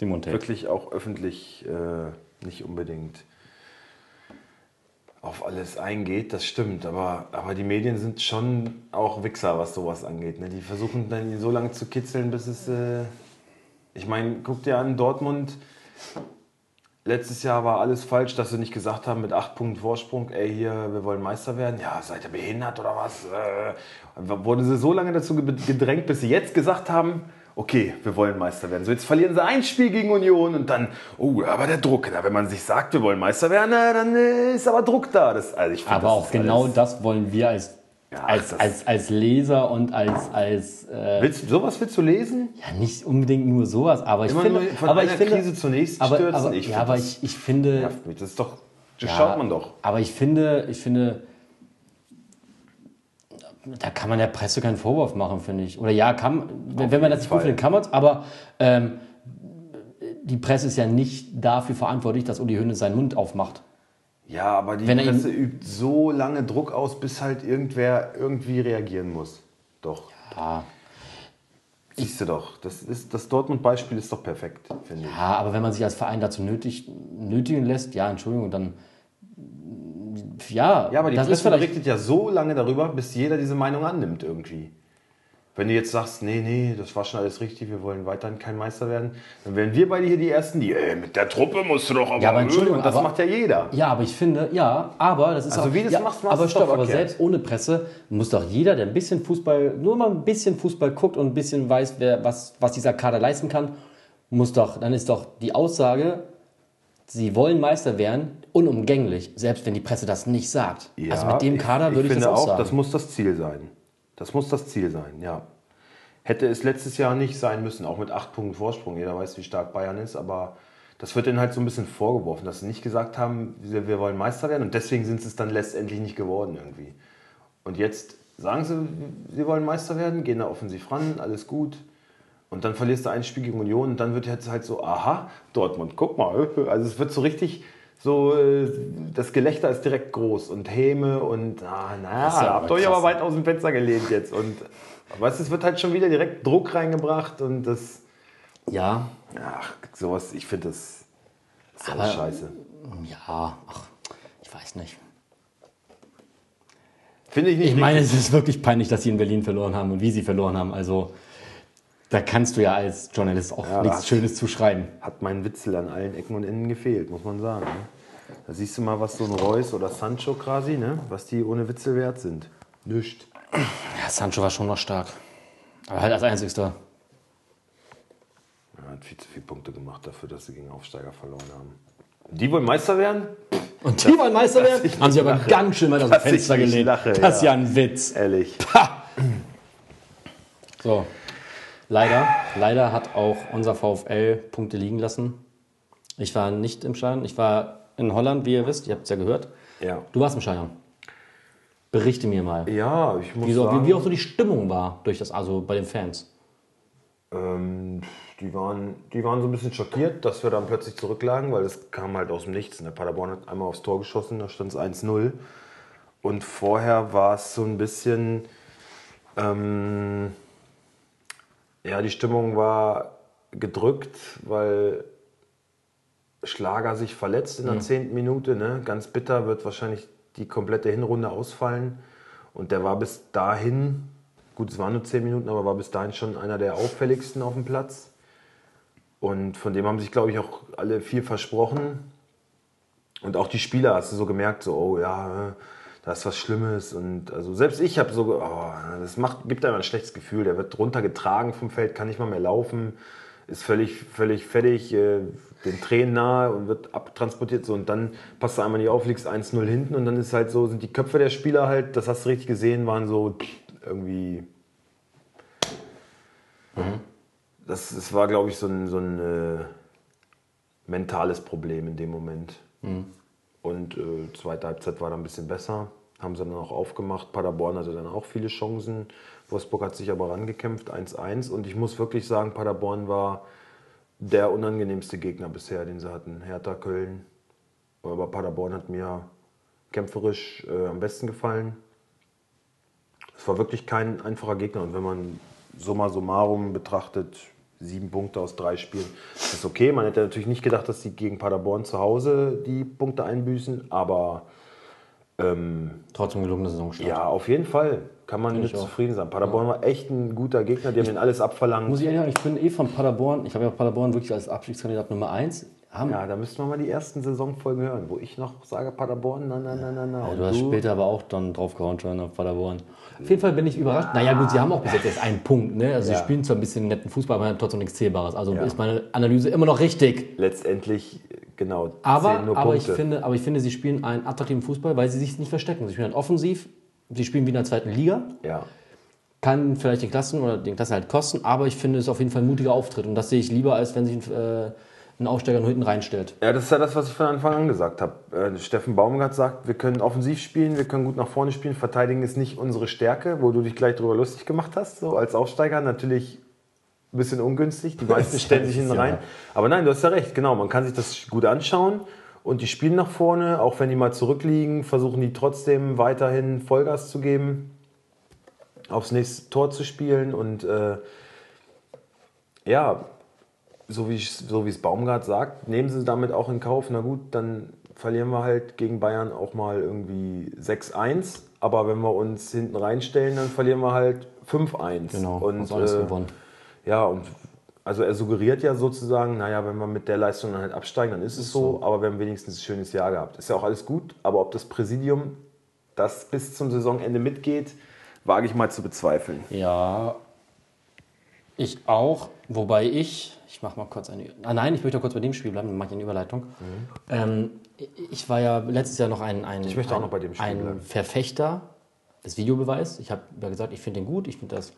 Speaker 2: Den Mund hält.
Speaker 1: wirklich auch öffentlich äh, nicht unbedingt auf alles eingeht, das stimmt, aber, aber die Medien sind schon auch Wichser, was sowas angeht. Ne? Die versuchen dann ihn so lange zu kitzeln, bis es. Äh ich meine, guck dir an, Dortmund. Letztes Jahr war alles falsch, dass sie nicht gesagt haben, mit 8 Punkten Vorsprung, ey, hier, wir wollen Meister werden. Ja, seid ihr behindert oder was? Äh, wurden sie so lange dazu ge- gedrängt, bis sie jetzt gesagt haben, okay, wir wollen Meister werden. So, jetzt verlieren sie ein Spiel gegen Union und dann, oh, aber der Druck. Na, wenn man sich sagt, wir wollen Meister werden, na, dann äh, ist aber Druck da. Das, also ich find,
Speaker 2: Aber
Speaker 1: das
Speaker 2: auch
Speaker 1: ist
Speaker 2: genau
Speaker 1: alles-
Speaker 2: das wollen wir als,
Speaker 1: Ja,
Speaker 2: als,
Speaker 1: das-
Speaker 2: als, als Leser und als, als äh,
Speaker 1: Willst, sowas willst du lesen?
Speaker 2: ja, nicht unbedingt nur sowas, aber ich
Speaker 1: Immer
Speaker 2: finde,
Speaker 1: nur von
Speaker 2: aber
Speaker 1: einer
Speaker 2: ich finde,
Speaker 1: Krise zur nächsten
Speaker 2: aber,
Speaker 1: stürzen.
Speaker 2: aber,
Speaker 1: Ich
Speaker 2: ja,
Speaker 1: find
Speaker 2: aber
Speaker 1: das-
Speaker 2: ich, ich finde,
Speaker 1: Nervt mich. Das ist doch, das
Speaker 2: Ja,
Speaker 1: schaut man doch.
Speaker 2: Aber ich finde, ich finde, da kann man der Presse keinen Vorwurf machen, finde ich. Oder ja, kann, wenn, wenn man das nicht gut
Speaker 1: Fall.
Speaker 2: findet, kann man es, aber ähm, die Presse ist ja nicht dafür verantwortlich, dass Uli Hoeneß seinen Mund aufmacht.
Speaker 1: Ja, aber die
Speaker 2: Wenn er ihn-
Speaker 1: Presse übt so lange Druck aus, bis halt irgendwer irgendwie reagieren muss. Doch.
Speaker 2: Ja,
Speaker 1: Siehst du doch. Das, ist, das Dortmund-Beispiel ist doch perfekt, finde ich.
Speaker 2: ja aber wenn man sich als Verein dazu nötig, nötigen lässt, ja, Entschuldigung, dann ja,
Speaker 1: Ja, aber die
Speaker 2: das ist
Speaker 1: Presse
Speaker 2: vielleicht
Speaker 1: berichtet ja so lange darüber, bis jeder diese Meinung annimmt irgendwie. Wenn du jetzt sagst, nee, nee, das war schon alles richtig, wir wollen weiterhin kein Meister werden, dann wären wir beide hier die Ersten, die, ey, mit der Truppe musst du doch aber,
Speaker 2: Ja, aber
Speaker 1: ölen.
Speaker 2: Entschuldigung,
Speaker 1: Und das
Speaker 2: aber-
Speaker 1: macht ja jeder.
Speaker 2: Ja, aber ich finde, ja, aber das ist
Speaker 1: Also
Speaker 2: auch.
Speaker 1: wie du es
Speaker 2: ja,
Speaker 1: machst, machst du
Speaker 2: aber
Speaker 1: es
Speaker 2: stopp,
Speaker 1: doch
Speaker 2: aber
Speaker 1: verkehrt.
Speaker 2: selbst ohne Presse muss doch jeder, der ein bisschen Fußball, nur mal ein bisschen Fußball guckt und ein bisschen weiß, wer, was, was dieser Kader leisten kann, muss doch, dann ist doch die Aussage, sie wollen Meister werden, unumgänglich, selbst wenn die Presse das nicht sagt. also mit dem Kader würde ich,
Speaker 1: finde
Speaker 2: das auch, sagen.
Speaker 1: Das muss das Ziel sein. Das muss das Ziel sein, ja. Hätte es letztes Jahr nicht sein müssen, auch mit acht Punkten Vorsprung. Jeder weiß, wie stark Bayern ist, aber das wird ihnen halt so ein bisschen vorgeworfen, dass sie nicht gesagt haben, wir wir wollen Meister werden und deswegen sind sie es dann letztendlich nicht geworden irgendwie. Und jetzt sagen sie, sie wollen Meister werden, gehen da offensiv ran, alles gut. Und dann verlierst du ein Spiel gegen Union und dann wird jetzt halt so, aha, Dortmund, guck mal. Also es wird so richtig, so äh, das Gelächter ist direkt groß und Häme und, ah, naja,
Speaker 2: ist ja aber
Speaker 1: habt euch aber
Speaker 2: krass.
Speaker 1: weit aus dem Fenster gelehnt jetzt. Und, weißt du, es wird halt schon wieder direkt Druck reingebracht und das,
Speaker 2: ja,
Speaker 1: ach, sowas, ich finde das, das ist
Speaker 2: Aber-
Speaker 1: alles scheiße.
Speaker 2: ja, ach, ich weiß nicht.
Speaker 1: Finde ich nicht
Speaker 2: Ich meine, es ist wirklich peinlich, dass sie in Berlin verloren haben und wie sie verloren haben. Also da kannst du ja als Journalist auch nichts
Speaker 1: das-
Speaker 2: Schönes zuschreiben.
Speaker 1: hat mein Witzel an allen Ecken und Enden gefehlt, muss man sagen. Ne? Da siehst du mal, was so ein Reus oder Sancho quasi, ne? was die ohne Witzel wert sind. Nicht.
Speaker 2: Ja, Sancho war schon noch stark. Aber halt als einzigster.
Speaker 1: Er hat viel zu viele Punkte gemacht dafür, dass sie gegen Aufsteiger verloren haben. Die wollen Meister werden?
Speaker 2: Und die wollen Meister werden? Haben sie aber ganz schön weit aus dem
Speaker 1: Dass ich
Speaker 2: Fenster
Speaker 1: nicht
Speaker 2: gelehnt.
Speaker 1: lache,
Speaker 2: das ist
Speaker 1: ja.
Speaker 2: ja ein Witz.
Speaker 1: Ehrlich.
Speaker 2: So. Leider, leider hat auch unser VfL Punkte liegen lassen. Ich war nicht im Stadion. Ich war in Holland, wie ihr wisst. Ihr habt es ja gehört.
Speaker 1: Ja.
Speaker 2: Du warst im Stadion. Berichte mir mal,
Speaker 1: Ja, ich muss
Speaker 2: wie, so,
Speaker 1: sagen,
Speaker 2: wie, wie auch so die Stimmung war durch das, also bei den Fans.
Speaker 1: ähm, die, waren, die waren so ein bisschen schockiert, dass wir dann plötzlich zurücklagen, weil es kam halt aus dem Nichts. Der Paderborn hat einmal aufs Tor geschossen, da stand es 1-0. Und vorher war es so ein bisschen, ähm, ja, die Stimmung war gedrückt, weil Schlager sich verletzt in der zehnten Minute. Ne? Ganz bitter, wird wahrscheinlich die komplette Hinrunde ausfallen. Und der war bis dahin, gut, es waren nur zehn Minuten, aber war bis dahin schon einer der auffälligsten auf dem Platz. Und von dem haben sich, glaube ich, auch alle viel versprochen. Und auch die Spieler hast du so gemerkt, so, oh ja, äh, da ist was Schlimmes. Und also selbst ich habe so, ge- oh, das macht, gibt einem ein schlechtes Gefühl. Der wird runtergetragen vom Feld, kann nicht mal mehr laufen, ist völlig, völlig fertig, äh, den Tränen nahe und wird abtransportiert. So, und dann passt er einmal nicht auf, liegst 1-0 hinten. Und dann ist halt so, sind die Köpfe der Spieler halt, das hast du richtig gesehen, waren so pff, irgendwie. Das, das war, glaube ich, so ein, so ein äh, mentales Problem in dem Moment. Und äh, zweite Halbzeit war dann ein bisschen besser. Haben sie dann auch aufgemacht. Paderborn hatte dann auch viele Chancen. Wolfsburg hat sich aber rangekämpft, 1-1. Und ich muss wirklich sagen, Paderborn war der unangenehmste Gegner bisher, den sie hatten. Hertha, Köln. Aber Paderborn hat mir kämpferisch äh, am besten gefallen. Es war wirklich kein einfacher Gegner. Und wenn man summa summarum betrachtet, sieben Punkte aus drei Spielen, das ist okay. Man hätte natürlich nicht gedacht, dass die gegen Paderborn zu Hause die Punkte einbüßen, aber
Speaker 2: Trotzdem gelungener Saisonstart.
Speaker 1: ja, auf jeden Fall kann man
Speaker 2: Finde
Speaker 1: mit
Speaker 2: ich auch.
Speaker 1: zufrieden sein. Paderborn war echt ein guter Gegner, die haben ihnen alles abverlangt.
Speaker 2: Muss ich ehrlich sagen, ich bin eh von Paderborn, ich habe ja Paderborn wirklich als Abstiegskandidat Nummer 1. Haben,
Speaker 1: Ja, da müssten wir mal die ersten Saisonfolgen hören, wo ich noch sage Paderborn, na na na na na.
Speaker 2: Ja,
Speaker 1: Und
Speaker 2: du hast später aber auch dann draufgehauen schon auf Paderborn. Auf jeden Fall bin ich überrascht. Naja, gut, sie haben auch bis jetzt erst einen Punkt. Ne? Also, sie
Speaker 1: Ja.
Speaker 2: spielen zwar ein bisschen netten Fußball, aber haben trotzdem nichts Zählbares. Also
Speaker 1: Ja.
Speaker 2: ist meine Analyse immer noch richtig.
Speaker 1: letztendlich, genau, zählen
Speaker 2: Aber,
Speaker 1: nur
Speaker 2: aber, ich
Speaker 1: Punkte.
Speaker 2: finde, aber ich finde, sie spielen einen attraktiven Fußball, weil sie sich nicht verstecken. Sie spielen halt offensiv, sie spielen wie in der zweiten Liga.
Speaker 1: ja.
Speaker 2: Kann vielleicht den Klassen oder den Klassen halt kosten, aber ich finde es ist auf jeden Fall ein mutiger Auftritt. Und das sehe ich lieber, als wenn sich ein, äh, ein Aufsteiger nur hinten reinstellt.
Speaker 1: Ja, das ist ja das, was ich von Anfang an gesagt habe. Äh, Steffen Baumgart sagt, wir können offensiv spielen, wir können gut nach vorne spielen, verteidigen ist nicht unsere Stärke, wo du dich gleich drüber lustig gemacht hast, so als Aufsteiger natürlich ein bisschen ungünstig, die meisten
Speaker 2: Das
Speaker 1: stellen
Speaker 2: ist
Speaker 1: sich hinten
Speaker 2: ja-
Speaker 1: rein. Aber nein, du hast ja recht, genau, man kann sich das gut anschauen und die spielen nach vorne, auch wenn die mal zurückliegen, versuchen die trotzdem weiterhin Vollgas zu geben, aufs nächste Tor zu spielen und äh, ja, so wie ich- so wie es Baumgart sagt, nehmen sie damit auch in Kauf. Na gut, dann verlieren wir halt gegen Bayern auch mal irgendwie 6-1. Aber wenn wir uns hinten reinstellen, dann verlieren wir halt 5-1.
Speaker 2: Genau,
Speaker 1: und
Speaker 2: uns alles
Speaker 1: äh,
Speaker 2: gewonnen.
Speaker 1: Ja, und also er suggeriert ja sozusagen, naja, wenn wir mit der Leistung dann halt absteigen, dann ist es so, aber wir haben wenigstens ein schönes Jahr gehabt. Ist ja auch alles gut, aber ob das Präsidium das bis zum Saisonende mitgeht, wage ich mal zu bezweifeln.
Speaker 2: Ja, ich auch. Wobei ich, ich mache mal kurz eine. Ah, nein, ich möchte noch kurz bei dem Spiel bleiben, dann mache ich eine Überleitung. Ähm, ich war ja letztes Jahr noch ein, ein,
Speaker 1: Mhm. Ich möchte auch
Speaker 2: ein,
Speaker 1: noch bei dem Spiel
Speaker 2: ein
Speaker 1: bleiben.
Speaker 2: Verfechter des Videobeweis. Ich habe ja gesagt, ich finde den gut, ich finde das.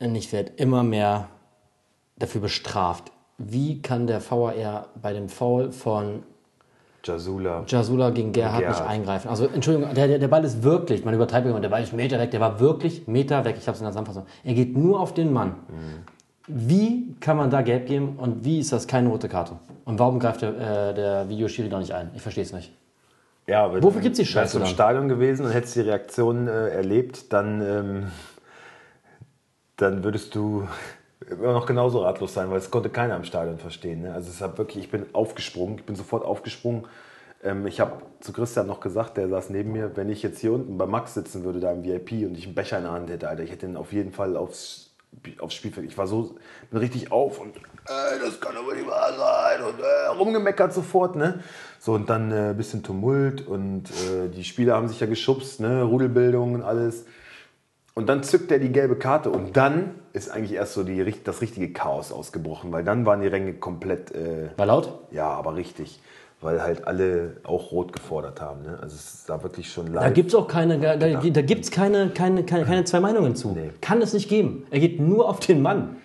Speaker 2: Und ich werde immer mehr dafür bestraft. Wie kann der VAR bei dem Foul von
Speaker 1: Jasula.
Speaker 2: Jasula gegen Gerhard,
Speaker 1: Gerhard.
Speaker 2: nicht eingreifen. Also Entschuldigung, der, der, der Ball ist wirklich, man übertreibt immer, der Ball ist Meter weg, der war wirklich Meter weg. Ich habe es in der Zusammenfassung. Er geht nur auf den Mann. Wie kann man da gelb geben und wie ist das keine rote Karte? Und warum greift der, äh, der Videoschiri da nicht ein? Ich verstehe es nicht.
Speaker 1: Ja, aber
Speaker 2: Wofür gibt's die
Speaker 1: Wärst
Speaker 2: Scheiße
Speaker 1: du im
Speaker 2: dann?
Speaker 1: Stadion gewesen und hättest die Reaktion äh, erlebt, dann, ähm, dann würdest du immer noch genauso ratlos sein, weil es konnte keiner im Stadion verstehen. Ne? Also es hat wirklich, ich bin aufgesprungen, ich bin sofort aufgesprungen. Ähm, ich habe zu Christian noch gesagt, der saß neben mir, wenn ich jetzt hier unten bei Max sitzen würde, da im VIP und ich einen Becher in der Hand hätte, Alter, ich hätte ihn auf jeden Fall aufs, aufs Spielfeld. Ich war so, bin richtig auf und ey, das kann aber nicht wahr sein und äh, rumgemeckert sofort, ne? So und dann ein äh, bisschen Tumult und äh, die Spieler haben sich ja geschubst, ne? Rudelbildung und alles. Und dann zückt er die gelbe Karte und dann ist eigentlich erst so die, richt- das richtige Chaos ausgebrochen, weil dann waren die Ränge komplett äh,
Speaker 2: War laut?
Speaker 1: ja, aber richtig. Weil halt alle auch rot gefordert haben. Ne? Also es da wirklich schon
Speaker 2: Da
Speaker 1: live.
Speaker 2: gibt es auch keine, da, da da gibt's keine, keine, keine, keine zwei Meinungen zu. Kann es nicht geben. Er geht nur auf den Mann.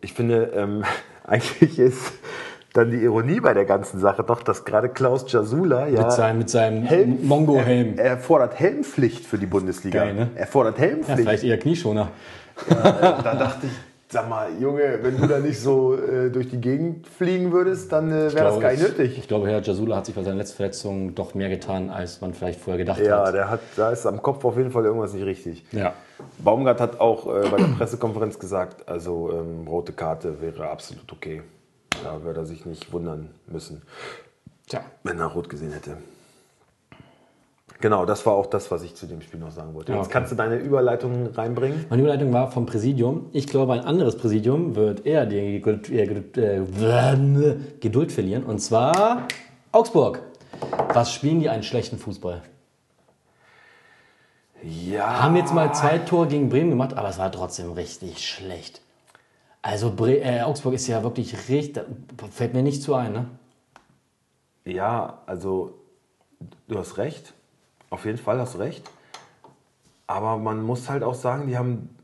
Speaker 1: ich finde, ähm, eigentlich ist dann die Ironie bei der ganzen Sache doch, dass gerade Klaus Jasula ja
Speaker 2: Mit seinem, mit seinem Mongo-Helm.
Speaker 1: Er, er fordert Helmpflicht für die Bundesliga.
Speaker 2: Geil, ne?
Speaker 1: Er fordert
Speaker 2: ja,
Speaker 1: Helmpflicht.
Speaker 2: vielleicht eher Knieschoner.
Speaker 1: da dachte ich, sag mal, Junge, wenn du da nicht so äh, durch die Gegend fliegen würdest, dann äh, wäre das gar nicht nötig.
Speaker 2: Ich glaube, Herr Jasula hat sich bei seinen letzten Verletzungen doch mehr getan, als man vielleicht vorher gedacht
Speaker 1: Ja,
Speaker 2: hat.
Speaker 1: der hat, da ist am Kopf auf jeden Fall irgendwas nicht richtig.
Speaker 2: Ja.
Speaker 1: Baumgart hat auch äh, bei der Pressekonferenz gesagt, also ähm, rote Karte wäre absolut okay. Da würde er sich nicht wundern müssen,
Speaker 2: Tja.
Speaker 1: wenn er rot gesehen hätte. Genau, das war auch das, was ich zu dem Spiel noch sagen wollte.
Speaker 2: Ja,
Speaker 1: Jetzt
Speaker 2: okay.
Speaker 1: kannst du deine Überleitung reinbringen.
Speaker 2: Meine Überleitung war vom Präsidium. Ich glaube, ein anderes Präsidium wird eher die Geduld, äh, Geduld- äh, Geduld verlieren. Und zwar Augsburg. Was spielen die einen schlechten Fußball?
Speaker 1: Ja.
Speaker 2: Haben jetzt mal zwei Tore gegen Bremen gemacht, aber es war trotzdem richtig schlecht. Also Bre äh, Augsburg ist ja wirklich richtig. Fällt mir nicht zu ein, ne?
Speaker 1: Ja, also du hast recht. Auf jeden Fall hast du recht. Aber man muss halt auch sagen, die haben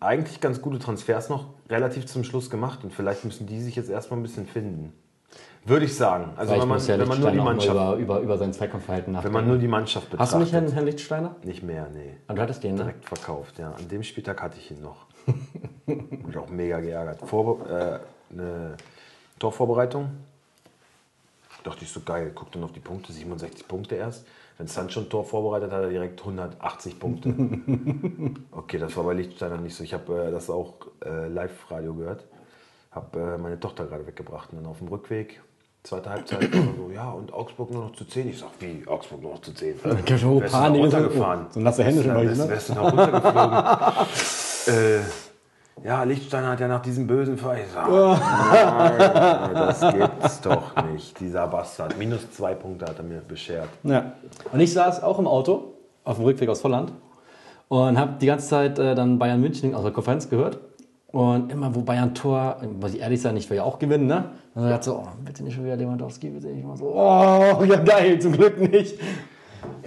Speaker 1: eigentlich ganz gute Transfers noch relativ zum Schluss gemacht und vielleicht müssen die sich jetzt erstmal ein bisschen finden. Würde ich sagen. Also
Speaker 2: Vielleicht
Speaker 1: wenn man,
Speaker 2: muss Herr
Speaker 1: wenn man nur die
Speaker 2: Lichtsteiner auch mal
Speaker 1: Mannschaft,
Speaker 2: über, über, über sein Zweikampfverhalten
Speaker 1: wenn
Speaker 2: nachdenken.
Speaker 1: man nur die Mannschaft betrachtet.
Speaker 2: Hast du nicht Herrn, Herrn Lichtsteiner?
Speaker 1: Nicht mehr, nee.
Speaker 2: Ah, Du hattest den, ne?
Speaker 1: Direkt verkauft, ja. An dem Spieltag hatte ich ihn noch. und auch mega geärgert. Vor, äh, eine Torvorbereitung. Dachte ich so geil, guck dann auf die Punkte, 67 Punkte erst. Wenn Sancho ein Tor vorbereitet, hat er direkt 180 Punkte. okay, das war bei Liechtenstein noch nicht so. Ich habe äh, das auch äh, Live-Radio gehört. Habe äh, meine Tochter gerade weggebracht und dann auf dem Rückweg. Zweite Halbzeit, war er so, ja, und Augsburg nur noch zu 10. Ich sag, wie, Augsburg nur noch zu 10? Dann
Speaker 2: hab ich schon Panik, so- so nasse Hände schon bei
Speaker 1: bei
Speaker 2: ihm, ne?
Speaker 1: Wärst du noch runtergeflogen. äh, ja, Lichtsteiner hat ja nach diesem bösen Fall. Ich sag, nein, das gibt's doch nicht. Dieser Bastard. Minus zwei Punkte hat er mir beschert.
Speaker 2: Ja. Und ich saß auch im Auto auf dem Rückweg aus Holland und habe die ganze Zeit äh, dann Bayern München aus der Konferenz gehört. Und immer, wo Bayern Tor, muss ich ehrlich sein, ich will ja auch gewinnen, ne? Und dann dachte ich so, oh, bitte nicht schon wieder Lewandowski, bitte nicht. Ich war so, oh, ja geil, zum Glück nicht.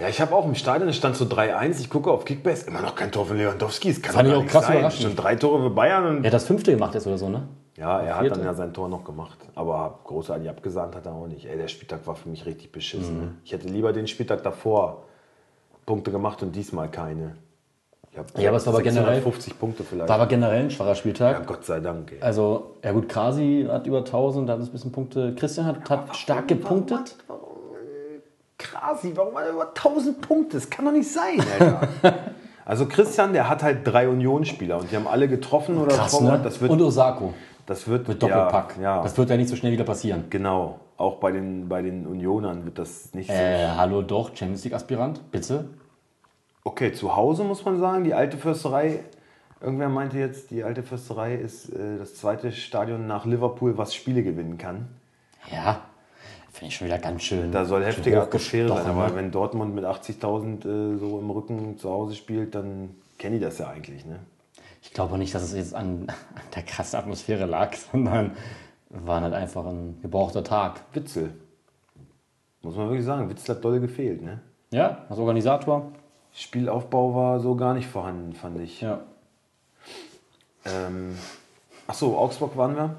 Speaker 1: Ja, ich habe auch im Stadion, es stand so 3-1. Ich gucke auf Kickbase, immer noch kein Tor von Lewandowski. Das kann
Speaker 2: Fand
Speaker 1: doch gar
Speaker 2: ich auch
Speaker 1: nicht
Speaker 2: krass
Speaker 1: sein.
Speaker 2: überraschend.
Speaker 1: Schon drei Tore für Bayern. Und
Speaker 2: Er hat das fünfte gemacht jetzt oder so, ne?
Speaker 1: Ja, er hat
Speaker 2: Vierte.
Speaker 1: dann ja sein Tor noch gemacht. Aber großartig abgesandt hat er auch nicht. Ey, der Spieltag war für mich richtig beschissen.
Speaker 2: Mhm.
Speaker 1: Ich hätte lieber den Spieltag davor Punkte gemacht und diesmal keine. Ich hab
Speaker 2: Ja, aber es war aber generell-
Speaker 1: 50 Punkte vielleicht.
Speaker 2: War aber generell ein schwacher Spieltag.
Speaker 1: ja, Gott sei Dank. Ey.
Speaker 2: Also, ja gut, Krasi hat über 1000, da hat es ein bisschen Punkte. Christian hat, hat stark gepunktet.
Speaker 1: Krasi, warum hat er über 1000 Punkte? Das kann doch nicht sein, Alter. also Christian, der hat halt drei Union-Spieler und die haben alle getroffen oder
Speaker 2: Krass,
Speaker 1: vorbereitet.
Speaker 2: ne?
Speaker 1: Das wird,
Speaker 2: Und Osako
Speaker 1: das wird
Speaker 2: mit Doppelpack.
Speaker 1: Ja, ja.
Speaker 2: Das wird ja nicht so schnell wieder passieren.
Speaker 1: genau. Auch bei den, bei den Unionern wird das nicht so
Speaker 2: Äh, hallo doch, Champions League Aspirant, bitte.
Speaker 1: Okay, zu Hause muss man sagen, die alte Försterei, irgendwer meinte jetzt, die alte Försterei ist äh, das zweite Stadion nach Liverpool, was Spiele gewinnen kann.
Speaker 2: Ja, finde ich schon wieder ganz schön.
Speaker 1: Da soll
Speaker 2: schön
Speaker 1: heftige Atmosphäre sein,
Speaker 2: hochgestochen,
Speaker 1: aber
Speaker 2: ne?
Speaker 1: wenn Dortmund mit 80.000 äh, so im Rücken zu Hause spielt, dann kennen die das ja eigentlich. Ne?
Speaker 2: Ich glaube nicht, dass es jetzt an, an der krassen Atmosphäre lag, sondern war halt einfach ein gebrauchter Tag.
Speaker 1: Witzel. Muss man wirklich sagen, Witzel hat doll gefehlt. Ne?
Speaker 2: Ja, als Organisator.
Speaker 1: Spielaufbau war so gar nicht vorhanden, fand ich.
Speaker 2: Ja.
Speaker 1: Ähm, Achso, Augsburg waren wir.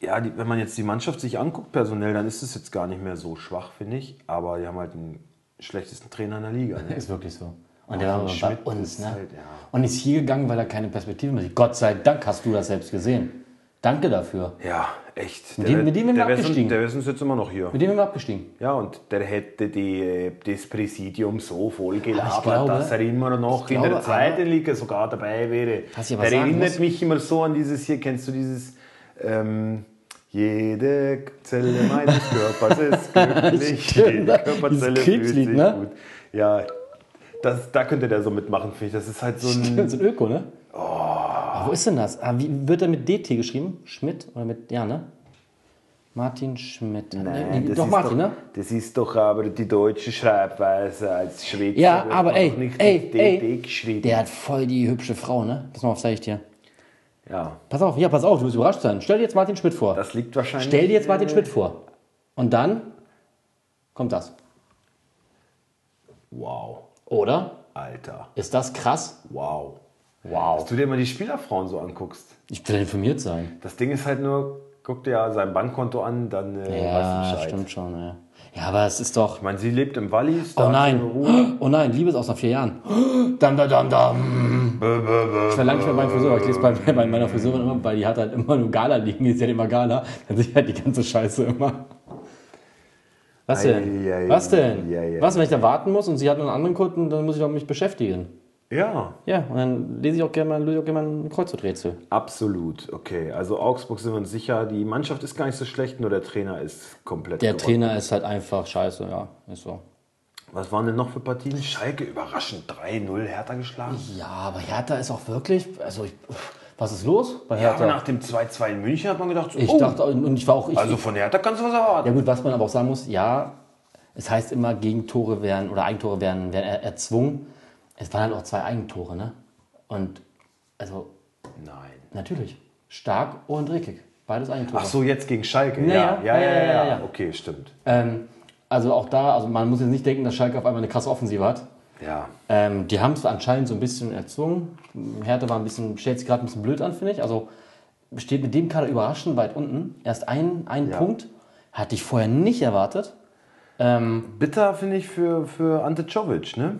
Speaker 1: Ja, die, wenn man jetzt die Mannschaft sich anguckt personell, dann ist es jetzt gar nicht mehr so schwach, finde ich. Aber die haben halt den schlechtesten Trainer in der Liga. Ne?
Speaker 2: Ist wirklich so. Und der war aber bei
Speaker 1: Schmidt
Speaker 2: uns,
Speaker 1: ist
Speaker 2: ne?
Speaker 1: halt, ja.
Speaker 2: Und ist hier gegangen, weil er keine Perspektive mehr sieht. Gott sei Dank hast du das selbst gesehen. Danke dafür.
Speaker 1: Ja, echt.
Speaker 2: Mit dem- mit dem wären wir
Speaker 1: der wär's uns-
Speaker 2: abgestiegen.
Speaker 1: Der ist uns jetzt immer noch hier.
Speaker 2: Mit dem sind wir abgestiegen.
Speaker 1: Ja, und der hätte die, äh, das Präsidium so vollgelabert,
Speaker 2: Aber ich glaube-
Speaker 1: dass er immer noch
Speaker 2: ich
Speaker 1: in der
Speaker 2: glaube,
Speaker 1: zweiten
Speaker 2: aber-
Speaker 1: Liga sogar dabei wäre.
Speaker 2: Was ich aber
Speaker 1: der
Speaker 2: sagen
Speaker 1: erinnert
Speaker 2: muss-
Speaker 1: mich immer so an dieses hier, kennst du dieses ähm, Jede Zelle meines Körpers ist glücklich.
Speaker 2: Stimmt,
Speaker 1: Jede
Speaker 2: ne?
Speaker 1: Körperzelle
Speaker 2: Dieses
Speaker 1: fühlt
Speaker 2: Kriegslied,
Speaker 1: sich
Speaker 2: ne?
Speaker 1: gut. Ja, das, da könnte der so mitmachen, finde ich. Das ist halt so ein.
Speaker 2: Das ist ein Öko, ne? Oh, wo ist denn das? Ah, wie, wird er mit DT geschrieben? Schmidt? Oder mit, ja, ne? Martin Schmidt. Nee,
Speaker 1: das
Speaker 2: doch
Speaker 1: ist
Speaker 2: Martin,
Speaker 1: doch,
Speaker 2: ne?
Speaker 1: Das ist doch aber die deutsche Schreibweise als Schweizer.
Speaker 2: Ja,
Speaker 1: wird
Speaker 2: aber
Speaker 1: doch
Speaker 2: ey,
Speaker 1: nicht
Speaker 2: ey,
Speaker 1: mit
Speaker 2: ey.
Speaker 1: DD geschrieben.
Speaker 2: Der hat voll die hübsche Frau, ne? Pass mal auf, zeig ich dir.
Speaker 1: ja,
Speaker 2: Pass auf, ja, pass auf, du wirst überrascht sein. Stell dir jetzt Martin Schmidt vor.
Speaker 1: das liegt wahrscheinlich.
Speaker 2: Stell dir jetzt Martin Schmidt vor. Und dann kommt das.
Speaker 1: Wow,
Speaker 2: Oder?
Speaker 1: Alter.
Speaker 2: Ist das krass?
Speaker 1: Wow. Dass
Speaker 2: Wow.
Speaker 1: du dir mal die Spielerfrauen so anguckst.
Speaker 2: Ich will informiert sein.
Speaker 1: Das Ding ist halt nur, guck dir ja sein Bankkonto an, dann äh, weißt du
Speaker 2: Ja,
Speaker 1: Bescheid.
Speaker 2: stimmt schon, ja. Ja, aber es ist doch.
Speaker 1: Ich meine, sie lebt im Wallis. da
Speaker 2: Oh
Speaker 1: hat sie
Speaker 2: nein.
Speaker 1: eine Ruhe.
Speaker 2: Oh nein, Liebe ist aus nach vier Jahren. Dam, dam, dam, dam. Ich war lange nicht mehr beim Friseur, aber ich lese bei, bei meiner Friseurin immer, weil die hat halt immer nur Gala liegen, die ist ja immer Gala, dann sehe ich halt die ganze Scheiße immer. Was denn?
Speaker 1: Eieiei.
Speaker 2: Was denn?
Speaker 1: Eieiei.
Speaker 2: Was, wenn ich da warten muss und sie hat noch einen anderen Kunden, dann muss ich doch mich beschäftigen.
Speaker 1: Ja,
Speaker 2: Ja, und dann lese ich auch gerne mal, löse ich auch gerne mal ein Kreuzworträtsel.
Speaker 1: absolut. Okay, also Augsburg sind wir uns sicher. Die Mannschaft ist gar nicht so schlecht, nur der Trainer ist komplett.
Speaker 2: Der
Speaker 1: gerockt.
Speaker 2: Trainer ist halt einfach scheiße, ja, ist so.
Speaker 1: Was waren denn noch für Partien? Schalke überraschend 3-0 Hertha geschlagen.
Speaker 2: Ja, aber Hertha ist auch wirklich, also ich, was ist los bei
Speaker 1: Ja,
Speaker 2: Hertha?
Speaker 1: aber nach dem 2-2 in München hat man gedacht, so,
Speaker 2: ich
Speaker 1: oh,
Speaker 2: dachte, und ich war auch, ich,
Speaker 1: also von Hertha kannst du was erwarten.
Speaker 2: Ja gut, was man aber auch sagen muss, ja, es heißt immer, Gegentore werden oder Eigentore werden, werden er, erzwungen. Es waren halt auch zwei Eigentore, ne? Und also
Speaker 1: Nein.
Speaker 2: natürlich. Stark und Rekik. Beides Eigentore.
Speaker 1: Ach so, jetzt gegen Schalke.
Speaker 2: Ja,
Speaker 1: Ja, ja, ja, ja, ja,
Speaker 2: ja, ja.
Speaker 1: Okay, stimmt.
Speaker 2: Ähm, also auch da, also man muss jetzt nicht denken, dass Schalke auf einmal eine krasse Offensive hat.
Speaker 1: Ja.
Speaker 2: Ähm, die haben es anscheinend so ein bisschen erzwungen. Hertha war ein bisschen, stellt sich gerade ein bisschen blöd an, finde ich. Also steht mit dem Kader überraschend weit unten. Erst ein, ein
Speaker 1: Ja.
Speaker 2: Punkt. Hatte ich vorher nicht erwartet.
Speaker 1: Bitter finde ich für, für Ante Czovic, ne?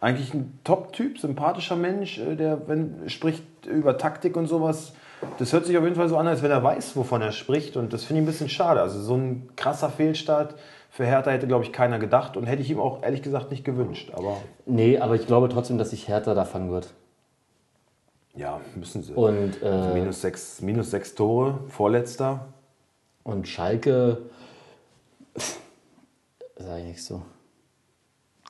Speaker 1: Eigentlich ein Top-Typ, sympathischer Mensch, äh, der wenn, spricht über Taktik und sowas. Das hört sich auf jeden Fall so an, als wenn er weiß, wovon er spricht. Und das finde ich ein bisschen schade. Also so ein krasser Fehlstart für Hertha hätte, glaube ich, keiner gedacht und hätte ich ihm auch ehrlich gesagt nicht gewünscht. Aber
Speaker 2: Nee, aber ich glaube trotzdem, dass sich Hertha da fangen wird.
Speaker 1: ja, müssen sie.
Speaker 2: Und, äh,
Speaker 1: minus, sechs, minus sechs Tore, vorletzter.
Speaker 2: und Schalke. Sag ich nichts so.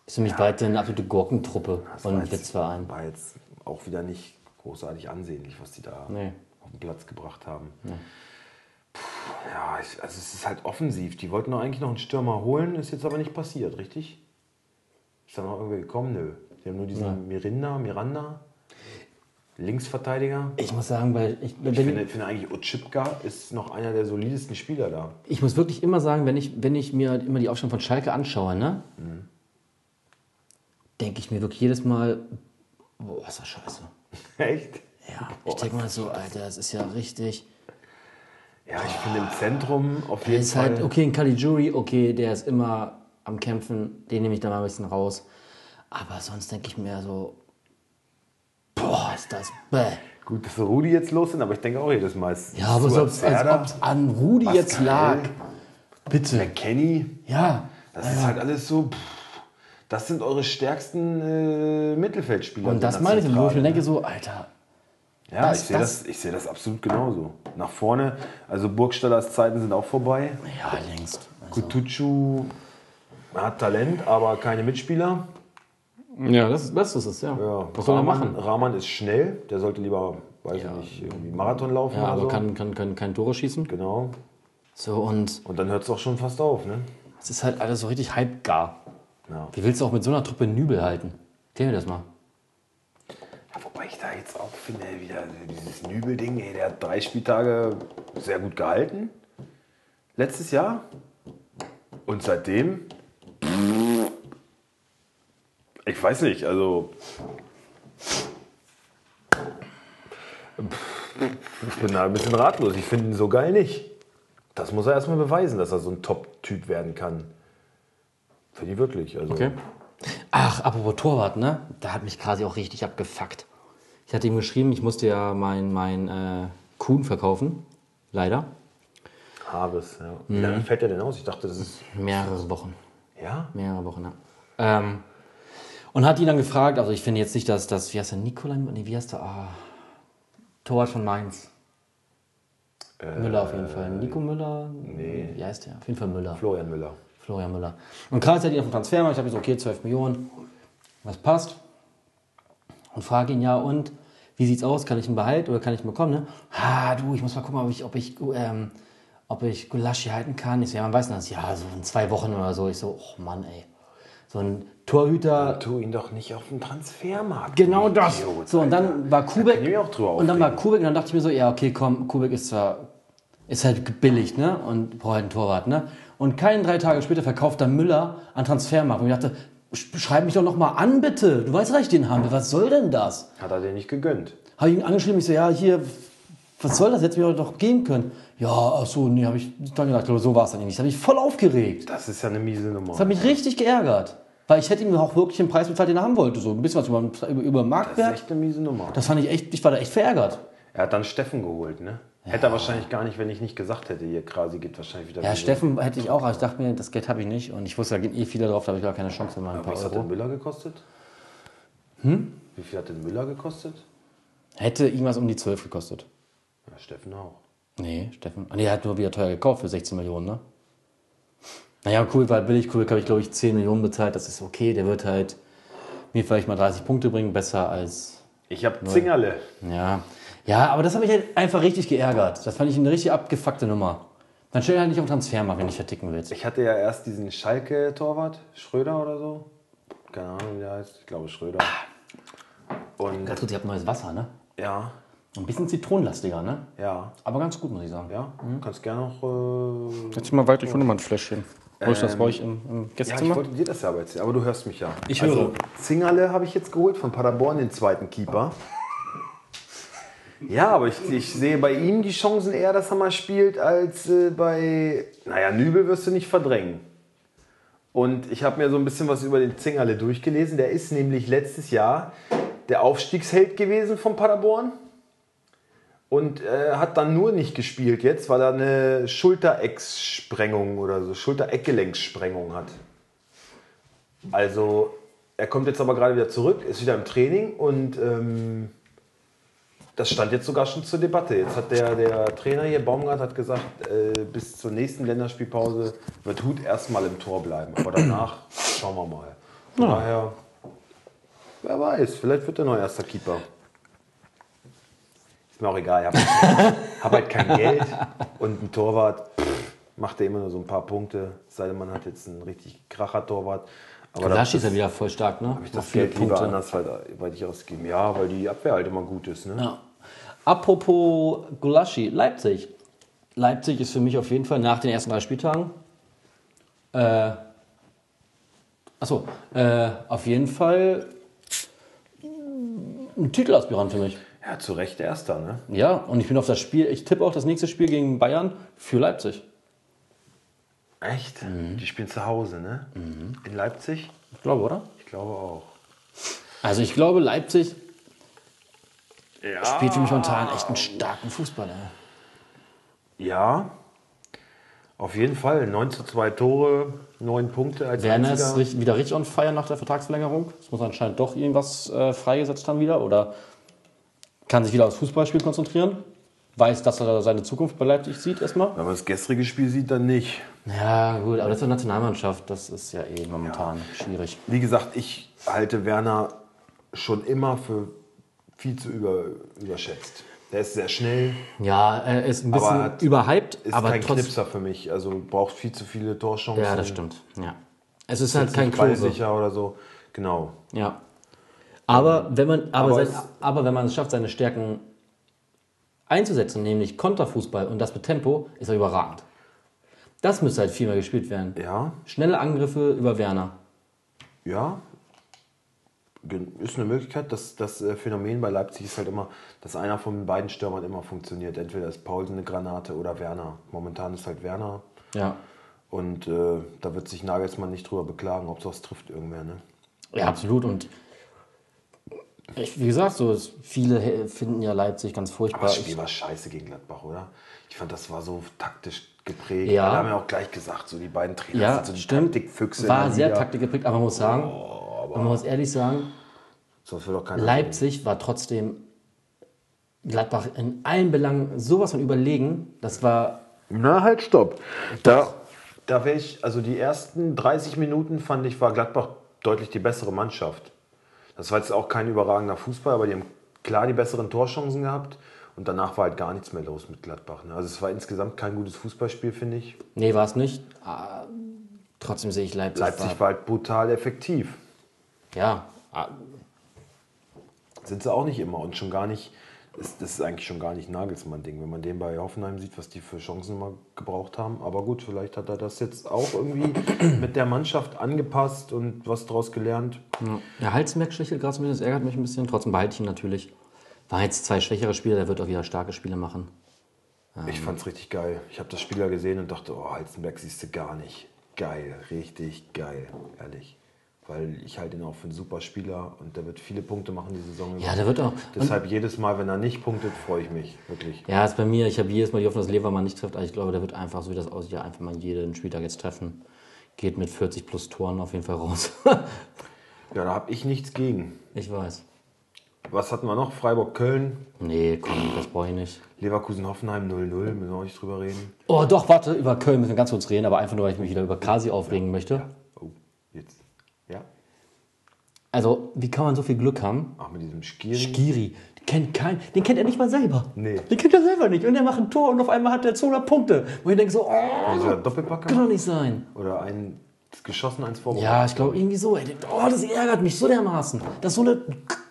Speaker 2: Ist für mich weiterhin eine absolute Gurkentruppe
Speaker 1: Das
Speaker 2: von
Speaker 1: war jetzt-
Speaker 2: Witzverein.
Speaker 1: War jetzt auch wieder nicht großartig ansehnlich, was die da
Speaker 2: Nee.
Speaker 1: auf den Platz gebracht haben. Puh, ja, ich, also es ist halt offensiv. Die wollten doch eigentlich noch einen Stürmer holen, ist jetzt aber nicht passiert, richtig? Ist da noch irgendwer gekommen? Nö. Die haben nur diesen Mirinda, Miranda, Linksverteidiger.
Speaker 2: Ich muss sagen, weil ich, wenn,
Speaker 1: Ich finde, finde eigentlich, Utschipka ist noch einer der solidesten Spieler da.
Speaker 2: ich muss wirklich immer sagen, wenn ich, wenn ich mir halt immer die Aufstellung von Schalke anschaue, ne? Denke ich mir wirklich jedes Mal, boah, ist das scheiße.
Speaker 1: Echt?
Speaker 2: Ja, ich denke mal so, Alter, das ist ja richtig.
Speaker 1: Ja, ich finde im Zentrum auf
Speaker 2: Der
Speaker 1: jeden
Speaker 2: ist
Speaker 1: Fall.
Speaker 2: halt, okay, ein Caligiuri, okay, der ist immer am Kämpfen, den nehme ich da mal ein bisschen raus. Aber sonst denke ich mir so, boah, ist das bäh.
Speaker 1: Gut, dass Rudi jetzt los sind, aber ich denke auch jedes Mal. es-
Speaker 2: Ja, aber
Speaker 1: Stuart
Speaker 2: so, als
Speaker 1: Serda,
Speaker 2: ob es an Rudi
Speaker 1: Pascal,
Speaker 2: jetzt lag. Bitte.
Speaker 1: Äh, Kenny,
Speaker 2: Ah, Ja.
Speaker 1: das ist halt alles so. Pff, das sind eure stärksten äh, Mittelfeldspieler. in
Speaker 2: Und das ne?
Speaker 1: der
Speaker 2: meine ich, wo ich mir
Speaker 1: Zentrale.
Speaker 2: denke so, Alter,
Speaker 1: Ja,
Speaker 2: das-
Speaker 1: ich sehe
Speaker 2: das-
Speaker 1: das, ich sehe das absolut genauso. Nach vorne, also Burgstallers Zeiten sind auch vorbei.
Speaker 2: ja, längst.
Speaker 1: Kutucu hat Talent, aber keine Mitspieler.
Speaker 2: Ja, das, das ist es, ja.
Speaker 1: Ja,
Speaker 2: Was soll er
Speaker 1: Rahman-
Speaker 2: machen?
Speaker 1: Rahman ist schnell, der sollte lieber, weiß ich nicht, irgendwie Marathon laufen
Speaker 2: Ja,
Speaker 1: oder so.
Speaker 2: aber kann, kann, kann kein Tore schießen.
Speaker 1: Genau.
Speaker 2: So, und
Speaker 1: Und dann hört es auch schon fast auf, ne?
Speaker 2: es ist halt alles so richtig halbgar.
Speaker 1: Ja.
Speaker 2: Wie willst du auch mit so einer Truppe Nübel halten? Klär mir das mal.
Speaker 1: Ja, Wobei ich da jetzt auch finde, ey, wieder dieses Nübel-Ding, ey, der hat drei Spieltage sehr gut gehalten. Letztes Jahr. Und seitdem. Ich weiß nicht, also. Ich bin da ein bisschen ratlos. Ich finde ihn so geil nicht. Das muss er erstmal beweisen, dass er so ein Top-Typ werden kann. Finde ich wirklich. Also.
Speaker 2: Okay. Ach, apropos Torwart, ne? Da hat mich quasi auch richtig abgefuckt. Ich hatte ihm geschrieben, ich musste ja mein, mein äh, Kuhn verkaufen. Leider.
Speaker 1: Harves, ja. Wie lange fällt er denn aus? Ich dachte, das ist.
Speaker 2: Mehrere Wochen.
Speaker 1: Ja?
Speaker 2: Mehrere Wochen, ja. Ähm, und hat ihn dann gefragt, also ich finde jetzt nicht, dass das, wie heißt der, Nikolai, nee, wie heißt der, ah, Torwart von Mainz. Müller auf jeden Fall. Nico Müller? Nee. Wie heißt der? Auf jeden Fall Müller.
Speaker 1: Florian Müller.
Speaker 2: Florian Müller. Und Kreis hat ihn auf dem Transfermarkt. Ich habe gesagt, okay, 12 Millionen. Das passt. Und frage ihn ja, und wie sieht's aus? Kann ich ihn behalten oder kann ich ihn bekommen? Ne? Ah, du, ich muss mal gucken, ob ich, ob ich, ähm, ob ich Gulaschi halten kann. Ich so, ja, man weiß das. Ja, so in zwei Wochen oder so. Ich so, oh Mann, ey. So ein Torhüter.
Speaker 1: Tu ihn doch nicht auf dem Transfermarkt.
Speaker 2: Genau
Speaker 1: du
Speaker 2: das.
Speaker 1: Idiot,
Speaker 2: So, und dann war Kubek.
Speaker 1: können wir auch drüber
Speaker 2: und dann war
Speaker 1: aufregen.
Speaker 2: Kubek, und dann dachte ich mir so, ja, okay, komm, Kubek ist zwar, ist halt billig, ne, und braucht halt einen Torwart, ne. Und kein drei Tage später verkauft dann Müller an Transfermarkt. Und ich dachte, sch- schreib mich doch nochmal an, bitte. Du weißt, dass ich den haben will. Was soll denn das?
Speaker 1: Hat er dir nicht gegönnt.
Speaker 2: Habe ich ihn angeschrieben, ich so, ja, hier, was soll das? Hätte mir doch gehen können. Ja, ach so, nee, habe ich dann gedacht, so war es dann eh nicht. Das hat mich voll aufgeregt.
Speaker 1: Das ist ja eine miese Nummer.
Speaker 2: Das hat mich richtig geärgert. Weil ich hätte ihm auch wirklich den Preis bezahlt, den er haben wollte. So ein bisschen was über, über, über den
Speaker 1: Das ist
Speaker 2: Marktwert.
Speaker 1: echt eine miese Nummer.
Speaker 2: Das fand ich echt, ich war da echt verärgert.
Speaker 1: Er hat dann Steffen geholt, ne? Hätte er wahrscheinlich gar nicht, wenn ich nicht gesagt hätte, hier Krasi geht wahrscheinlich wieder.
Speaker 2: Ja,
Speaker 1: wieder.
Speaker 2: Steffen hätte ich auch, aber ich dachte mir, das Geld habe ich nicht. Und ich wusste, da gehen eh viele drauf, da habe ich gar keine Chance in meinem paar
Speaker 1: Was hat denn
Speaker 2: Euro.
Speaker 1: Müller gekostet? Hm?
Speaker 2: Hm?
Speaker 1: Wie viel hat denn Müller gekostet?
Speaker 2: Hätte irgendwas um die 12 gekostet.
Speaker 1: Ja, Steffen auch.
Speaker 2: Nee, Steffen. Ah, Nee, er hat nur wieder teuer gekauft für 16 Millionen, ne? Naja, cool, war billig. Cool, habe ich, glaube ich, 10 Millionen bezahlt. Das ist okay. Der wird halt mir vielleicht mal 30 Punkte bringen. Besser als
Speaker 1: Ich habe Zingerle.
Speaker 2: Ja. Ja, aber das hat mich halt einfach richtig geärgert. Das fand ich eine richtig abgefuckte Nummer. Dann stell halt nicht auf Transfermarkt, wenn ich verticken willst.
Speaker 1: Ich hatte ja erst diesen Schalke-Torwart, Schröder oder so. Keine Ahnung, wie der heißt. Ich glaube Schröder.
Speaker 2: Ah.
Speaker 1: Und
Speaker 2: Gertrud, ihr habt neues Wasser, ne?
Speaker 1: ja,
Speaker 2: Ein bisschen zitronenlastiger, ne?
Speaker 1: ja,
Speaker 2: Aber ganz gut, muss ich sagen.
Speaker 1: ja. Kannst gerne noch. Äh,
Speaker 4: Jetzt mal weiter, ich hole mal ein Fläschchen. Wo ist
Speaker 2: Ähm,
Speaker 4: das bei euch im, im
Speaker 1: Ja, ich
Speaker 4: Gästezimmer?
Speaker 1: wollte dir das ja aber erzählen, aber du hörst mich ja. Also,
Speaker 2: Ich höre.
Speaker 1: Zingerle habe ich jetzt geholt von Paderborn, den zweiten Keeper. Ja, aber ich, ich sehe bei ihm die Chancen eher, dass er mal spielt, als äh, bei. Naja, Nübel wirst du nicht verdrängen. Und ich habe mir so ein bisschen was über den Zingerle durchgelesen. Der ist nämlich letztes Jahr der Aufstiegsheld gewesen von Paderborn und äh, hat dann nur nicht gespielt jetzt, weil er eine Schulterecksprengung oder so, Schultereckgelenkssprengung hat. Also er kommt jetzt aber gerade wieder zurück, ist wieder im Training und ähm, das stand jetzt sogar schon zur Debatte. Jetzt hat der, der Trainer hier, Baumgart, hat gesagt, äh, bis zur nächsten Länderspielpause wird Hut erstmal im Tor bleiben. Aber danach schauen wir mal. Von daher, wer weiß, vielleicht wird er noch erster Keeper. Ist mir auch egal, ich habe halt, hab halt kein Geld und ein Torwart pff, macht er immer nur so ein paar Punkte. Es sei denn, man hat jetzt einen richtig Kracher-Torwart. Aber das-
Speaker 2: Lashi ist ja wieder voll stark, ne?
Speaker 1: ich das Geld lieber anders halt, weil ich ausgeben. Ja, weil die Abwehr halt immer gut ist. Ne?
Speaker 2: Ja. Apropos Gulaschi, Leipzig. Leipzig ist für mich auf jeden Fall nach den ersten drei Spieltagen. Äh, achso, äh, auf jeden Fall ein Titelaspirant für mich.
Speaker 1: Ja. zu Recht Erster, ne?
Speaker 2: Ja, und ich bin auf das Spiel, ich tippe auch das nächste Spiel gegen Bayern für Leipzig.
Speaker 1: Echt? Die spielen zu Hause, ne? In Leipzig?
Speaker 2: Ich glaube, oder?
Speaker 1: Ich glaube auch.
Speaker 2: Also ich glaube, Leipzig spielt für mich momentan echt einen starken Fußball. Ey.
Speaker 1: Ja, auf jeden Fall. 9 zu 2 Tore, 9 Punkte als
Speaker 2: Werner
Speaker 1: einziger.
Speaker 2: ist richt- wieder richtig on fire nach der Vertragsverlängerung. Es muss anscheinend doch irgendwas äh, freigesetzt haben wieder oder kann sich wieder aufs Fußballspiel konzentrieren. Weiß, dass er seine Zukunft bei Leipzig sieht erstmal.
Speaker 1: Wenn man das gestrige Spiel sieht, dann nicht.
Speaker 2: Ja, gut, aber das ist eine Nationalmannschaft, das ist ja eh momentan schwierig.
Speaker 1: Wie gesagt, ich halte Werner schon immer für viel zu über, überschätzt. Der ist sehr schnell,
Speaker 2: Ja, er ist ein bisschen
Speaker 1: Aber hat-
Speaker 2: überhyped,
Speaker 1: ist
Speaker 2: aber
Speaker 1: kein
Speaker 2: trotzdem.
Speaker 1: Knipser für mich. Also braucht viel zu viele Torchancen.
Speaker 2: Ja, das stimmt. Ja. Es ist halt
Speaker 1: Ist
Speaker 2: kein
Speaker 1: nicht
Speaker 2: Klose.
Speaker 1: ballsicher oder so. Genau.
Speaker 2: Ja. Aber wenn man aber,
Speaker 1: aber
Speaker 2: sein,
Speaker 1: es-
Speaker 2: aber wenn man es schafft, seine Stärken einzusetzen, nämlich Konterfußball und das mit Tempo, ist er überragend. Das müsste halt viel mehr gespielt werden.
Speaker 1: Ja,
Speaker 2: Schnelle Angriffe über Werner.
Speaker 1: ja. Gen- Ist eine Möglichkeit. Das, das äh, Phänomen bei Leipzig ist halt immer, dass einer von den beiden Stürmern immer funktioniert. Entweder ist Paulsen eine Granate oder Werner. Momentan ist halt Werner.
Speaker 2: Ja.
Speaker 1: Und äh, da wird sich Nagelsmann nicht drüber beklagen, ob es trifft irgendwer. Ne?
Speaker 2: Ja, absolut. Und ich, wie gesagt, so es- viele he- finden ja Leipzig ganz
Speaker 1: Aber
Speaker 2: furchtbar.
Speaker 1: das Spiel
Speaker 2: Ich,
Speaker 1: war scheiße gegen Gladbach, oder? Ich fand, das war so taktisch geprägt.
Speaker 2: Ja.
Speaker 1: Da haben wir auch gleich gesagt, so die beiden Trainer
Speaker 2: ja,
Speaker 1: sind so die
Speaker 2: stimmt.
Speaker 1: Taktikfüchse.
Speaker 2: war
Speaker 1: in der
Speaker 2: sehr
Speaker 1: Liga. Oh,
Speaker 2: taktikgeprägt, aber man muss sagen, man muss ehrlich sagen,
Speaker 1: Sonst will doch keiner.
Speaker 2: Leipzig war trotzdem Gladbach in allen Belangen sowas von überlegen. Das war
Speaker 5: Na halt, stopp. Da,
Speaker 1: Da wäre ich, also die ersten 30 Minuten fand ich, war Gladbach deutlich die bessere Mannschaft. Das war jetzt auch kein überragender Fußball, aber die haben klar die besseren Torchancen gehabt. Und danach war halt gar nichts mehr los mit Gladbach. Ne? Also es war insgesamt kein gutes Fußballspiel, finde ich.
Speaker 2: Nee, war es nicht. Ah, trotzdem sehe ich Leipzig.
Speaker 1: Leipzig war halt brutal effektiv.
Speaker 2: ja, ah,
Speaker 1: Sind sie auch nicht immer und schon gar nicht. Ist, das ist eigentlich schon gar nicht ein Nagelsmann-Ding, wenn man den bei Hoffenheim sieht, was die für Chancen mal gebraucht haben. Aber gut, vielleicht hat er das jetzt auch irgendwie mit der Mannschaft angepasst und was daraus gelernt.
Speaker 2: ja Halzenberg schwächelt gerade zumindest, ärgert mich ein bisschen. Trotzdem behalte ich ihn natürlich. War jetzt zwei schwächere Spiele, der wird auch wieder starke Spiele machen.
Speaker 1: Ich fand's richtig geil. Ich habe das Spiel ja gesehen und dachte, oh, Halzenberg siehst du gar nicht. Geil, richtig geil, ehrlich. Weil ich halte ihn auch für einen super Spieler und der wird viele Punkte machen die Saison.
Speaker 2: Ja, der wird auch.
Speaker 1: Deshalb jedes Mal, wenn er nicht punktet, freue ich mich wirklich.
Speaker 2: Ja, ist bei mir. Ich habe jedes Mal die Hoffnung, dass Levermann nicht trifft. Aber ich glaube, der wird einfach, so wie das aussieht, ja, einfach mal jeden Spieltag jetzt treffen. Geht mit 40 plus Toren auf jeden Fall raus.
Speaker 1: Ja, da habe ich nichts gegen.
Speaker 2: ich weiß.
Speaker 1: Was hatten wir noch? Freiburg, Köln,
Speaker 2: Nee, komm, das brauche ich nicht.
Speaker 1: Leverkusen, Hoffenheim 0-0, müssen wir auch nicht drüber reden.
Speaker 2: Oh, doch, warte, über Köln müssen wir ganz kurz reden, aber einfach nur, weil ich mich wieder über Kasi aufregen möchte.
Speaker 1: Oh, jetzt. Ja.
Speaker 2: Also, wie kann man so viel Glück haben?
Speaker 1: Ach, mit diesem Skieren.
Speaker 2: Skiri, den kennt kein, den kennt er nicht mal selber.
Speaker 1: Nee.
Speaker 2: Den kennt er selber nicht. Und er macht ein Tor und auf einmal hat er 200 Punkte. Wo ich denke so, oh,
Speaker 1: Dieser Doppelpacker.
Speaker 2: kann doch nicht sein.
Speaker 1: Oder ein geschossen, eins vorbereitet.
Speaker 2: Ja, ich glaube irgendwie so. Er denkt, oh, das ärgert mich so dermaßen, dass so eine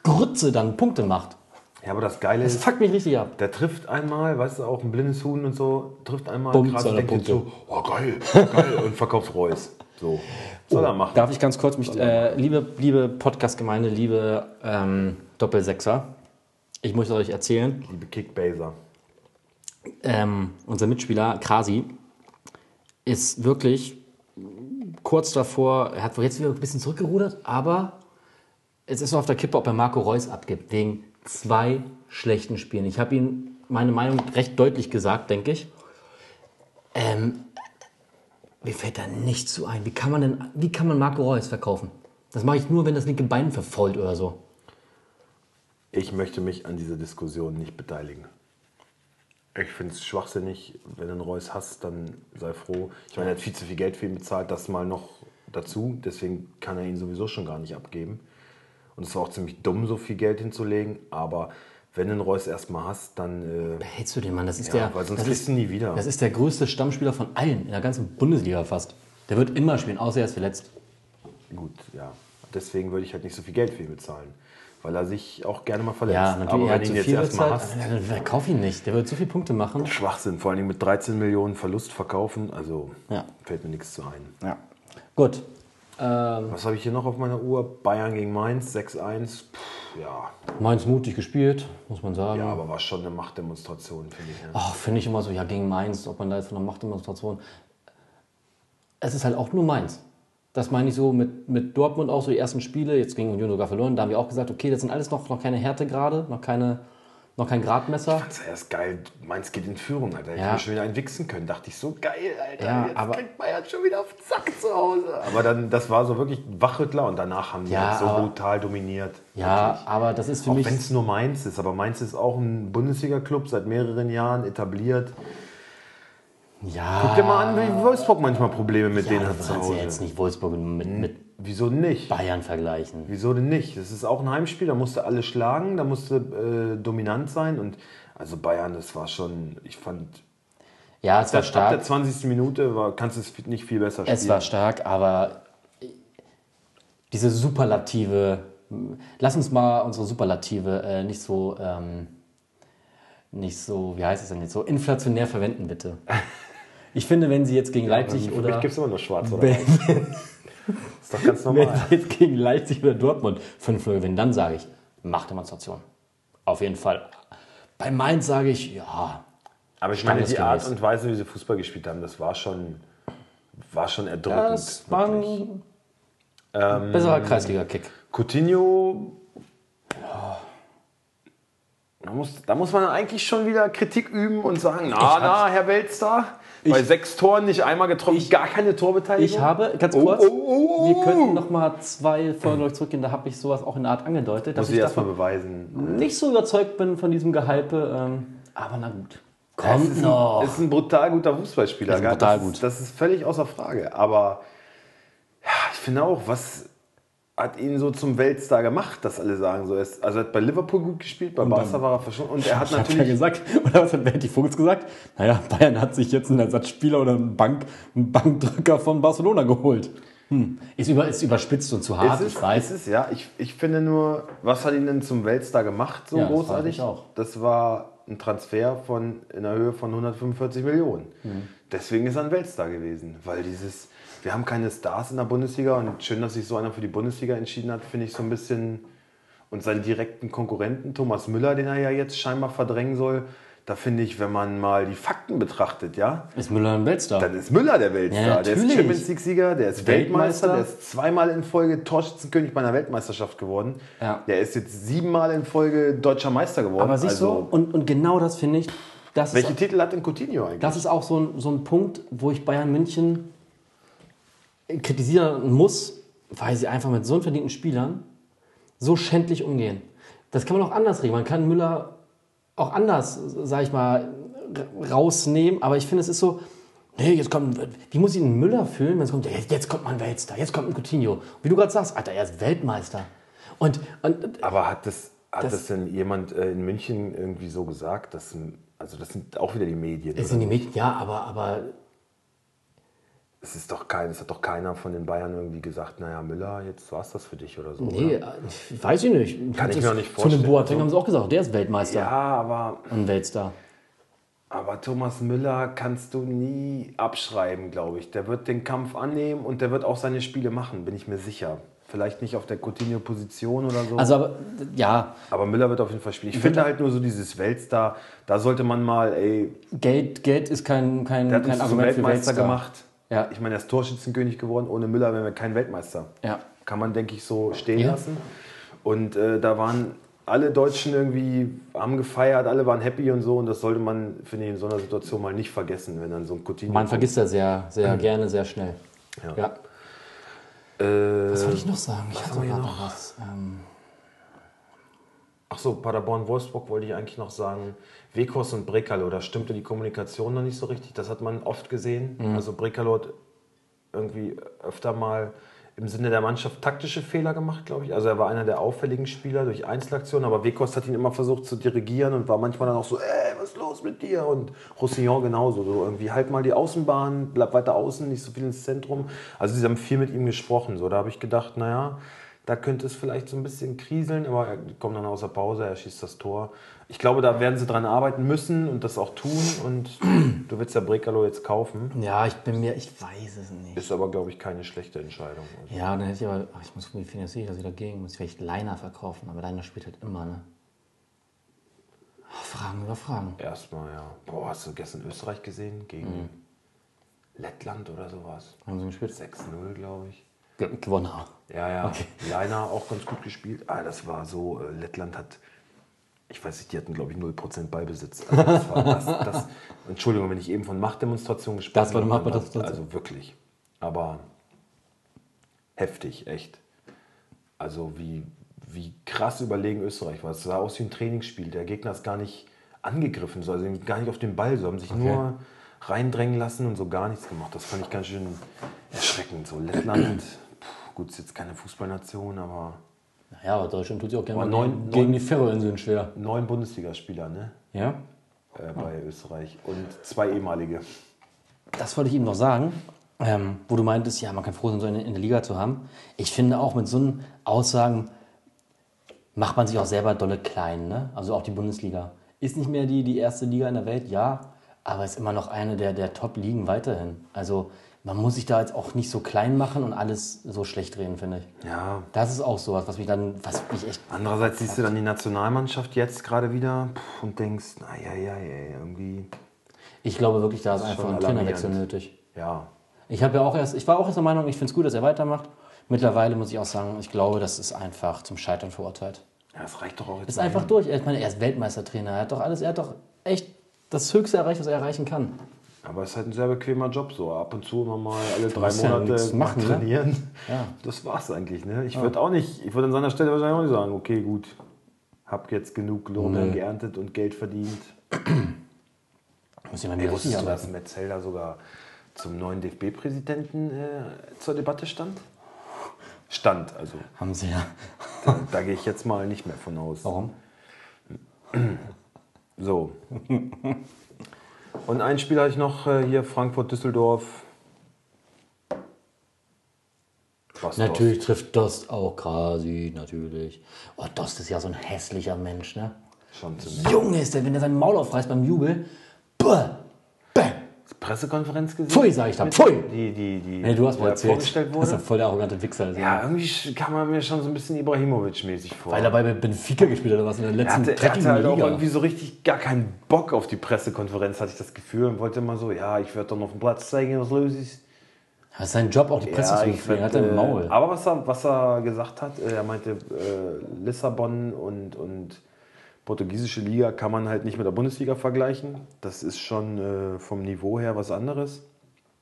Speaker 2: Grütze dann Punkte macht.
Speaker 1: Ja, aber das Geile
Speaker 2: Das
Speaker 1: ist,
Speaker 2: fuckt mich richtig ab.
Speaker 1: Der trifft einmal, weißt du, auch ein blindes Huhn und so, trifft einmal
Speaker 2: Bumm,
Speaker 1: krass,
Speaker 2: zwei
Speaker 1: denkt jetzt so,
Speaker 2: Punkte.
Speaker 1: oh geil, geil, und verkauft Reus. So, soll er machen.
Speaker 2: Darf ich ganz kurz mich, äh, liebe, liebe Podcast-Gemeinde, liebe ähm, Doppelsechser, ich muss euch erzählen,
Speaker 1: Liebe Kickbaser.
Speaker 2: ähm, unser Mitspieler Krasi ist wirklich kurz davor, er hat wohl jetzt wieder ein bisschen zurückgerudert, aber es ist noch auf der Kippe, ob er Marco Reus abgibt, wegen zwei schlechten Spielen. Ich habe ihm meine Meinung recht deutlich gesagt, denke ich. Ähm, mir fällt da nichts zu ein. Wie kann man denn, wie kann man Marco Reus verkaufen? Das mache ich nur, wenn das linke Bein verfault oder so.
Speaker 1: Ich möchte mich an dieser Diskussion nicht beteiligen. Ich finde es schwachsinnig, wenn du einen Reus hast, dann sei froh. Ich meine, er hat viel zu viel Geld für ihn bezahlt, das mal noch dazu. Deswegen kann er ihn sowieso schon gar nicht abgeben. Und es war auch ziemlich dumm, so viel Geld hinzulegen. Aber wenn du einen Reus erstmal hast, dann. Äh,
Speaker 2: Hältst du den Mann? Das ist
Speaker 1: Ja,
Speaker 2: der,
Speaker 1: weil sonst
Speaker 2: das
Speaker 1: kriegst
Speaker 2: ist,
Speaker 1: du ihn nie wieder.
Speaker 2: Das ist der größte Stammspieler von allen in der ganzen Bundesliga fast. Der wird immer spielen, außer er ist verletzt.
Speaker 1: Gut, ja. Deswegen würde ich halt nicht so viel Geld für ihn bezahlen. Weil er sich auch gerne mal verletzt.
Speaker 2: Ja, natürlich.
Speaker 1: Aber
Speaker 2: er
Speaker 1: wenn
Speaker 2: hat
Speaker 1: du
Speaker 2: zu
Speaker 1: ihn jetzt
Speaker 2: viel
Speaker 1: erstmal
Speaker 2: bezahlt.
Speaker 1: hast,
Speaker 2: Ja, Dann verkauf ihn nicht. Der wird so viele Punkte machen.
Speaker 1: Schwachsinn. Vor allen Dingen mit 13 Millionen Verlust verkaufen. Also
Speaker 2: Ja.
Speaker 1: fällt mir nichts zu ein.
Speaker 4: Ja.
Speaker 2: Gut. Ähm,
Speaker 1: Was habe ich hier noch auf meiner Uhr? Bayern gegen Mainz, 6-1. Pff, Ja.
Speaker 2: Mainz mutig gespielt, muss man sagen.
Speaker 1: ja, aber war schon eine Machtdemonstration, finde ich. Ne?
Speaker 2: Mhm. Ach, finde ich immer so, ja, gegen Mainz, ob man da jetzt von einer Machtdemonstration. Es ist halt auch nur Mainz. Das meine ich so mit, mit Dortmund auch, so die ersten Spiele, jetzt gegen Union sogar verloren. Da haben wir auch gesagt, okay, das sind alles noch, noch keine Härte gerade, noch, keine, noch kein Gradmesser.
Speaker 1: Das ist erst geil. Mainz geht in Führung, Alter. Ich
Speaker 2: Ja.
Speaker 1: hätte schon wieder einwichsen können. Dachte ich, so geil, Alter.
Speaker 2: Ja,
Speaker 1: jetzt
Speaker 2: aber-
Speaker 1: kriegt Bayern schon wieder auf den Zack zu Hause. Aber dann, das war so wirklich ein Wachrüttler und danach haben die
Speaker 2: Ja,
Speaker 1: halt so
Speaker 2: aber-
Speaker 1: brutal dominiert.
Speaker 2: Ja, aber das ist für
Speaker 1: Auch
Speaker 2: mich.
Speaker 1: wenn es nur Mainz ist, aber Mainz ist auch ein Bundesliga-Club seit mehreren Jahren etabliert. Guck dir
Speaker 2: Ja,
Speaker 1: mal an, wie Wolfsburg manchmal Probleme mit
Speaker 2: ja
Speaker 1: denen
Speaker 2: du
Speaker 1: hat zu
Speaker 2: kannst ja
Speaker 1: Hause.
Speaker 2: jetzt nicht Wolfsburg mit, mit
Speaker 1: Wieso nicht?
Speaker 2: Bayern vergleichen.
Speaker 1: Wieso denn nicht? Das ist auch ein Heimspiel, da musst du alle schlagen, da musst du äh, dominant sein. Und also Bayern, das war schon, ich fand,
Speaker 2: Ja, es war
Speaker 1: ab der
Speaker 2: stark.
Speaker 1: 20. Minute war, kannst du es nicht viel besser spielen.
Speaker 2: Es war stark, aber diese Superlative. Lass uns mal unsere Superlative äh, nicht so. Ähm, nicht so, wie heißt es denn jetzt so, inflationär verwenden, bitte. Ich finde, wenn sie jetzt gegen
Speaker 1: Für
Speaker 2: Leipzig
Speaker 1: mich
Speaker 2: oder.
Speaker 1: gibt Ähm, es immer nur schwarz, oder?
Speaker 2: Wenn,
Speaker 1: Das ist doch ganz
Speaker 2: wenn
Speaker 1: normal.
Speaker 2: sie jetzt gegen Leipzig oder Dortmund 5-0 gewinnen, dann sage ich, mach Demonstration. Auf jeden Fall. Bei Mainz sage ich, ja,
Speaker 1: Aber ich meine, die Art
Speaker 2: Standesgemäß.
Speaker 1: und Weise, wie sie Fußball gespielt haben, das war schon, war schon erdrückend.
Speaker 2: Das war
Speaker 1: wirklich.
Speaker 2: ein besserer Kreisliga-Kick.
Speaker 1: Coutinho. oh, Da muss, da muss man eigentlich schon wieder Kritik üben und sagen, na, na, Herr Weltstar, Bei sechs Toren nicht einmal getroffen, gar keine Torbeteiligung.
Speaker 2: Ich habe,
Speaker 1: Oh,
Speaker 2: ganz kurz, wir könnten nochmal zwei Folgen euch zurückgehen, da habe ich sowas auch in der Art angedeutet, dass
Speaker 1: muss ich
Speaker 2: ich
Speaker 1: erst mal
Speaker 2: davon
Speaker 1: beweisen.
Speaker 2: nicht so überzeugt bin von diesem Gehype. Ähm, aber na gut.
Speaker 1: Es
Speaker 2: Kommt
Speaker 1: ist
Speaker 2: noch.
Speaker 1: ein, es ist ein brutal guter Fußballspieler.
Speaker 2: Ist ein
Speaker 1: gell?
Speaker 2: brutal
Speaker 1: das,
Speaker 2: gut.
Speaker 1: Das ist völlig außer Frage. Aber ja, ich finde auch, was hat ihn so zum Weltstar gemacht, dass alle sagen so er ist. Also er hat bei Liverpool gut gespielt, bei Barca war er verschwunden. Und er hat
Speaker 4: Hat er
Speaker 1: natürlich
Speaker 4: gesagt, oder was hat Berti Vogels gesagt? Naja, Bayern hat sich jetzt einen Ersatzspieler oder einen, Bank, einen Bankdrücker von Barcelona geholt.
Speaker 2: Hm. Ist, über, ist überspitzt und zu hart,
Speaker 1: Es ist,
Speaker 2: ich weiß.
Speaker 1: Es ist, ja, ich, ich finde nur, was hat ihn denn zum Weltstar gemacht, so
Speaker 2: Ja, das
Speaker 1: großartig?
Speaker 2: frage ich mich auch.
Speaker 1: Das war ein Transfer von, in der Höhe von 145 Millionen.
Speaker 2: Mhm.
Speaker 1: Deswegen ist er ein Weltstar gewesen, weil dieses, wir haben keine Stars in der Bundesliga und schön, dass sich so einer für die Bundesliga entschieden hat, finde ich so ein bisschen. Und seinen direkten Konkurrenten, Thomas Müller, den er ja jetzt scheinbar verdrängen soll, da finde ich, wenn man mal die Fakten betrachtet, ja,
Speaker 2: ist Müller ein Weltstar?
Speaker 1: dann ist Müller der Weltstar.
Speaker 2: Ja,
Speaker 1: der ist
Speaker 2: natürlich.
Speaker 1: Champions League-Sieger, der ist Weltmeister,
Speaker 2: Weltmeister.
Speaker 1: der ist zweimal in Folge Torschützenkönig bei einer Weltmeisterschaft geworden.
Speaker 2: Ja.
Speaker 1: Der ist jetzt siebenmal in Folge deutscher Meister geworden.
Speaker 2: Aber siehst du, und, und genau das finde ich, das
Speaker 1: also-
Speaker 2: ist,
Speaker 1: welche Titel hat denn Coutinho eigentlich?
Speaker 2: das ist auch so ein, so ein Punkt, wo ich Bayern München kritisieren muss, weil sie einfach mit so verdienten Spielern so schändlich umgehen. Das kann man auch anders regeln. Man kann Müller auch anders, sag ich mal, r- rausnehmen, aber ich finde, es ist so, nee, jetzt kommt, wie muss ich einen Müller fühlen, wenn es kommt, jetzt, jetzt kommt mal ein Weltstar, jetzt kommt ein Coutinho. Wie du gerade sagst, Alter, er ist Weltmeister. Und, und
Speaker 1: Aber hat das, hat das,
Speaker 2: Das-
Speaker 1: denn jemand äh, in München irgendwie so gesagt? Dass, ein- also das sind auch wieder die Medien.
Speaker 2: es
Speaker 1: oder?
Speaker 2: sind die Medien, ja, aber, aber
Speaker 1: Es ist doch kein, es hat doch keiner von den Bayern irgendwie gesagt, naja, Müller, jetzt war's das für dich oder so.
Speaker 2: Nee,
Speaker 1: oder?
Speaker 2: äh, weiß ich nicht.
Speaker 1: Kann ich mir auch nicht
Speaker 2: Zu
Speaker 1: vorstellen.
Speaker 2: dem Boateng haben sie auch gesagt, der ist Weltmeister
Speaker 1: Ja, aber
Speaker 2: und Weltstar.
Speaker 1: Aber Thomas Müller kannst du nie abschreiben, glaube ich. Der wird den Kampf annehmen und der wird auch seine Spiele machen, bin ich mir sicher. Vielleicht nicht auf der Coutinho-Position oder so.
Speaker 2: Also, aber, ja,
Speaker 1: aber Müller wird auf jeden Fall spielen. Ich finde halt nur so dieses Weltstar, da sollte man mal, ey,
Speaker 2: Geld, Geld ist kein, kein,
Speaker 1: der hat
Speaker 2: kein
Speaker 1: uns zum
Speaker 2: Argument für
Speaker 1: Weltmeister
Speaker 2: Weltstar.
Speaker 1: gemacht.
Speaker 2: Ja.
Speaker 1: Ich meine, er ist Torschützenkönig geworden. Ohne Müller wären wir kein Weltmeister.
Speaker 2: Ja.
Speaker 1: Kann man, denke ich, so stehen
Speaker 2: Ja.
Speaker 1: lassen. Und äh, da waren alle Deutschen irgendwie, haben gefeiert, alle waren happy und so. Und das sollte man, finde ich, in so einer Situation mal nicht vergessen, wenn dann so ein Coutinho...
Speaker 2: Man vergisst ja sehr, sehr gerne, sehr schnell.
Speaker 1: Mhm. Ja.
Speaker 2: Ja.
Speaker 1: Äh,
Speaker 2: Was wollte ich noch sagen? Ich hatte
Speaker 1: haben wir
Speaker 2: gerade
Speaker 1: noch?
Speaker 2: noch was. Ähm,
Speaker 1: ach so, Paderborn-Wolfsburg wollte ich eigentlich noch sagen. Wekos und Brekalo, da stimmte die Kommunikation noch nicht so richtig. Das hat man oft gesehen. Also Brekalo hat irgendwie öfter mal im Sinne der Mannschaft taktische Fehler gemacht, glaube ich. Also er war einer der auffälligen Spieler durch Einzelaktionen, aber Wekos hat ihn immer versucht zu dirigieren und war manchmal dann auch so, ey, was ist los mit dir? Und Roussillon genauso, so irgendwie halt mal die Außenbahn, bleib weiter außen, nicht so viel ins Zentrum. Also sie haben viel mit ihm gesprochen, so da habe ich gedacht, naja, da könnte es vielleicht so ein bisschen kriseln, aber er kommt dann aus der Pause, er schießt das Tor. Ich glaube, da werden sie dran arbeiten müssen und das auch tun und du willst ja Brekalo jetzt kaufen.
Speaker 2: ja, ich bin mir, ich weiß es nicht.
Speaker 1: Ist aber, glaube ich, keine schlechte Entscheidung. Also
Speaker 2: Ja, dann hätte ich aber, ach, ich muss, wie finanziere ich das wieder gegen? Muss ich vielleicht Leiner verkaufen, aber Leiner spielt halt immer, ne? Ach, Fragen über Fragen.
Speaker 1: Erstmal, ja. Boah, hast du gestern Österreich gesehen? Gegen Lettland oder sowas?
Speaker 2: Mhm. Haben sie gespielt?
Speaker 1: 6-0, glaube ich.
Speaker 2: Ge- Gewonnen auch.
Speaker 1: Ja, ja. Leiner auch ganz gut gespielt. Ah, das war so, äh, Lettland hat, ich weiß nicht, die hatten, glaube ich, 0% Ballbesitz. Also das war das, das, Entschuldigung, wenn ich eben von Machtdemonstration gesprochen
Speaker 2: Das war eine
Speaker 1: habe, dann-
Speaker 2: Machtdemonstration.
Speaker 1: Also wirklich. Aber heftig, echt. Also wie, wie krass überlegen Österreich war. Es sah aus wie ein Trainingsspiel. Der Gegner ist gar nicht angegriffen, so, also gar nicht auf den Ball, so haben sich nur reindrängen lassen und so gar nichts gemacht. Das fand ich ganz schön erschreckend. So Lettland, puh, gut, ist jetzt keine Fußballnation, aber
Speaker 2: Naja, aber Deutschland tut sich auch gerne
Speaker 1: Aber
Speaker 2: mal
Speaker 1: neun-
Speaker 2: gegen
Speaker 1: neun-
Speaker 2: die Ferroinseln schwer.
Speaker 1: neun Bundesligaspieler, ne?
Speaker 2: Ja?
Speaker 1: Äh, bei Österreich und zwei ehemalige.
Speaker 2: Das wollte ich ihm noch sagen, ähm, wo du meintest, ja, man kann froh sein, so eine in der Liga zu haben. Ich finde auch mit so einen Aussagen macht man sich auch selber dolle klein, ne? Also auch die Bundesliga. Ist nicht mehr die, die erste Liga in der Welt, ja, aber ist immer noch eine der, der Top-Ligen weiterhin. Also man muss sich da jetzt auch nicht so klein machen und alles so schlecht reden, finde ich.
Speaker 1: Ja,
Speaker 2: Das ist auch sowas, was mich dann, was mich echt
Speaker 1: Andererseits siehst du dann die Nationalmannschaft jetzt gerade wieder pff, und denkst, naja, ja, ja, irgendwie,
Speaker 2: Ich glaube wirklich, da ist,
Speaker 1: ist
Speaker 2: einfach
Speaker 1: schon
Speaker 2: ein Trainerwechsel
Speaker 1: alarmierend.
Speaker 2: nötig.
Speaker 1: ja.
Speaker 2: Ich habe ja auch erst, ich war auch erst der Meinung, ich finde es gut, dass er weitermacht. Mittlerweile muss ich auch sagen, ich glaube, das ist einfach zum Scheitern verurteilt.
Speaker 1: Ja, das reicht doch auch jetzt.
Speaker 2: Ist einfach durch. Ich meine, er ist Weltmeistertrainer. Er hat doch alles, er hat doch echt das Höchste erreicht, was er erreichen kann.
Speaker 1: Aber es ist halt ein sehr bequemer Job so. Ab und zu immer mal alle drei
Speaker 4: musst ja
Speaker 1: Monate
Speaker 4: nichts machen, ne?
Speaker 1: trainieren.
Speaker 4: Ja.
Speaker 1: Das war's eigentlich. Ne? Ich würde auch nicht, ich würde an seiner Stelle wahrscheinlich auch nicht sagen, okay, gut, hab jetzt genug Lohne geerntet und Geld verdient.
Speaker 4: Muss jemand
Speaker 1: Ey,
Speaker 4: die Russen
Speaker 1: wusstest du,
Speaker 4: ja
Speaker 1: dass Metzelder sogar zum neuen DFB-Präsidenten äh, zur Debatte stand? Stand, also
Speaker 4: Haben sie ja.
Speaker 1: da, da gehe ich jetzt mal nicht mehr von aus.
Speaker 4: Warum?
Speaker 1: So. Und ein Spiel habe ich noch äh, hier, Frankfurt, Düsseldorf. Was
Speaker 2: Natürlich trifft Dost auch Krasi, natürlich. Oh, Dost ist ja so ein hässlicher Mensch, ne?
Speaker 1: Schon zu
Speaker 2: Junge ist der, wenn der sein Maul aufreißt beim Jubel. Bäh, bäh.
Speaker 1: Pressekonferenz gesehen?
Speaker 2: Pfui, sag ich da, pfui.
Speaker 1: Die, die, die,
Speaker 4: Nee, du hast
Speaker 1: die
Speaker 4: mal
Speaker 1: da
Speaker 4: erzählt.
Speaker 1: vorgestellt
Speaker 4: Das ist ja
Speaker 1: wurde.
Speaker 4: voll der arrogante Wichser. Also.
Speaker 1: Ja, irgendwie sch- kam man mir schon so ein bisschen Ibrahimovic-mäßig vor.
Speaker 2: Weil er bei Benfica gespielt hat oder was in der
Speaker 1: er
Speaker 2: letzten
Speaker 1: hatte, er
Speaker 2: dreckigen
Speaker 1: hatte halt auch
Speaker 2: Liga.
Speaker 1: irgendwie so richtig gar keinen Bock auf die Pressekonferenz, hatte ich das Gefühl. Und wollte immer so, ja, ich werde dann auf dem Platz zeigen, was los ist.
Speaker 2: Das ist sein Job, auch die Presse zu befriedigen. Er hat
Speaker 1: werd,
Speaker 2: ein
Speaker 1: äh,
Speaker 2: Maul.
Speaker 1: Aber was er, was er gesagt hat, äh, er meinte, äh, Lissabon und, und portugiesische Liga kann man halt nicht mit der Bundesliga vergleichen. Das ist schon äh, vom Niveau her was anderes.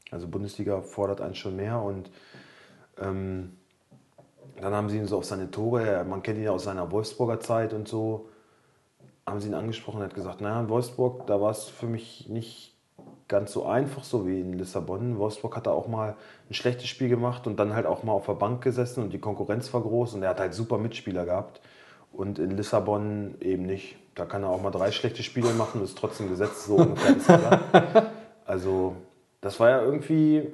Speaker 1: Also Bundesliga fordert einen schon mehr und ähm, dann haben sie ihn so auf seine Tore, er- man kennt ihn ja aus seiner Wolfsburger Zeit und so, haben sie ihn angesprochen und hat gesagt, naja, in Wolfsburg, da war es für mich nicht ganz so einfach, so wie in Lissabon. Wolfsburg hat da auch mal ein schlechtes Spiel gemacht und dann halt auch mal auf der Bank gesessen und die Konkurrenz war groß und er hat halt super Mitspieler gehabt. Und in Lissabon eben nicht. Da kann er auch mal drei schlechte Spiele machen und ist trotzdem gesetzt, so ungefähr. ist er da. Also, das war ja irgendwie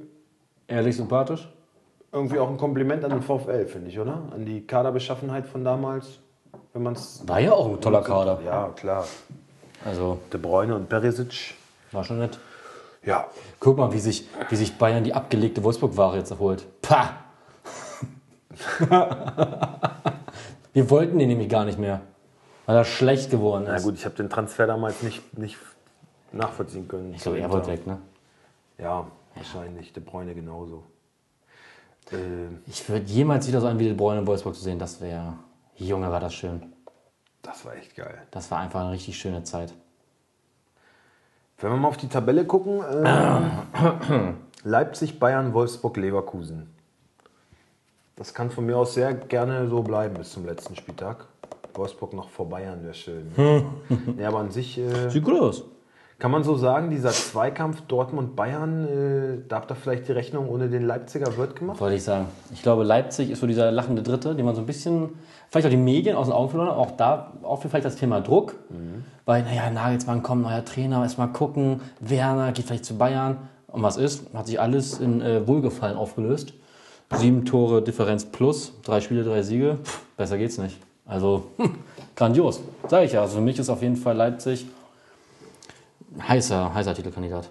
Speaker 4: Ehrlich sympathisch?
Speaker 1: irgendwie auch ein Kompliment an den VfL, finde ich, oder? An die Kaderbeschaffenheit von damals, wenn man es.
Speaker 2: War ja auch ein toller Kader.
Speaker 1: Ja, klar.
Speaker 2: Also,
Speaker 1: De Bruyne und Perisic.
Speaker 2: war schon nett.
Speaker 1: Ja.
Speaker 2: Guck mal, wie sich, wie sich Bayern die abgelegte Wolfsburg-Ware jetzt erholt. Pah! Wir wollten den nämlich gar nicht mehr, weil er schlecht geworden
Speaker 1: Na
Speaker 2: ist.
Speaker 1: gut, ich habe den Transfer damals nicht, nicht nachvollziehen können.
Speaker 2: Ich glaube, er wollte weg, ne?
Speaker 1: Ja, wahrscheinlich. De Bruyne genauso. Ähm,
Speaker 2: Ich würde jemals wieder so einen wie De Bruyne in Wolfsburg zu sehen, das wäre. Junge, war das schön.
Speaker 1: das war echt geil.
Speaker 2: Das war einfach eine richtig schöne Zeit.
Speaker 1: Wenn wir mal auf die Tabelle gucken: ähm, Leipzig, Bayern, Wolfsburg, Leverkusen. Das kann von mir aus sehr gerne so bleiben bis zum letzten Spieltag. Wolfsburg noch vor Bayern wäre schön. ja, aber an sich äh,
Speaker 2: Sieht gut aus.
Speaker 1: kann man so sagen, dieser Zweikampf Dortmund-Bayern, äh, da habt ihr vielleicht die Rechnung ohne den Leipziger Wirt gemacht?
Speaker 2: Wollte ich sagen. Ich glaube, Leipzig ist so dieser lachende Dritte, den man so ein bisschen, vielleicht auch die Medien aus den Augen verloren hat, auch da, auch vielleicht das Thema Druck. Weil, naja, Nagelsmann kommt, neuer Trainer, erstmal gucken, Werner geht vielleicht zu Bayern. Und was ist? Hat sich alles in äh, Wohlgefallen aufgelöst. Sieben Tore Differenz plus, drei Spiele, drei Siege. Pff, besser geht's nicht. Also, grandios. Sag ich ja. Also für mich ist auf jeden Fall Leipzig heißer, heißer Titelkandidat.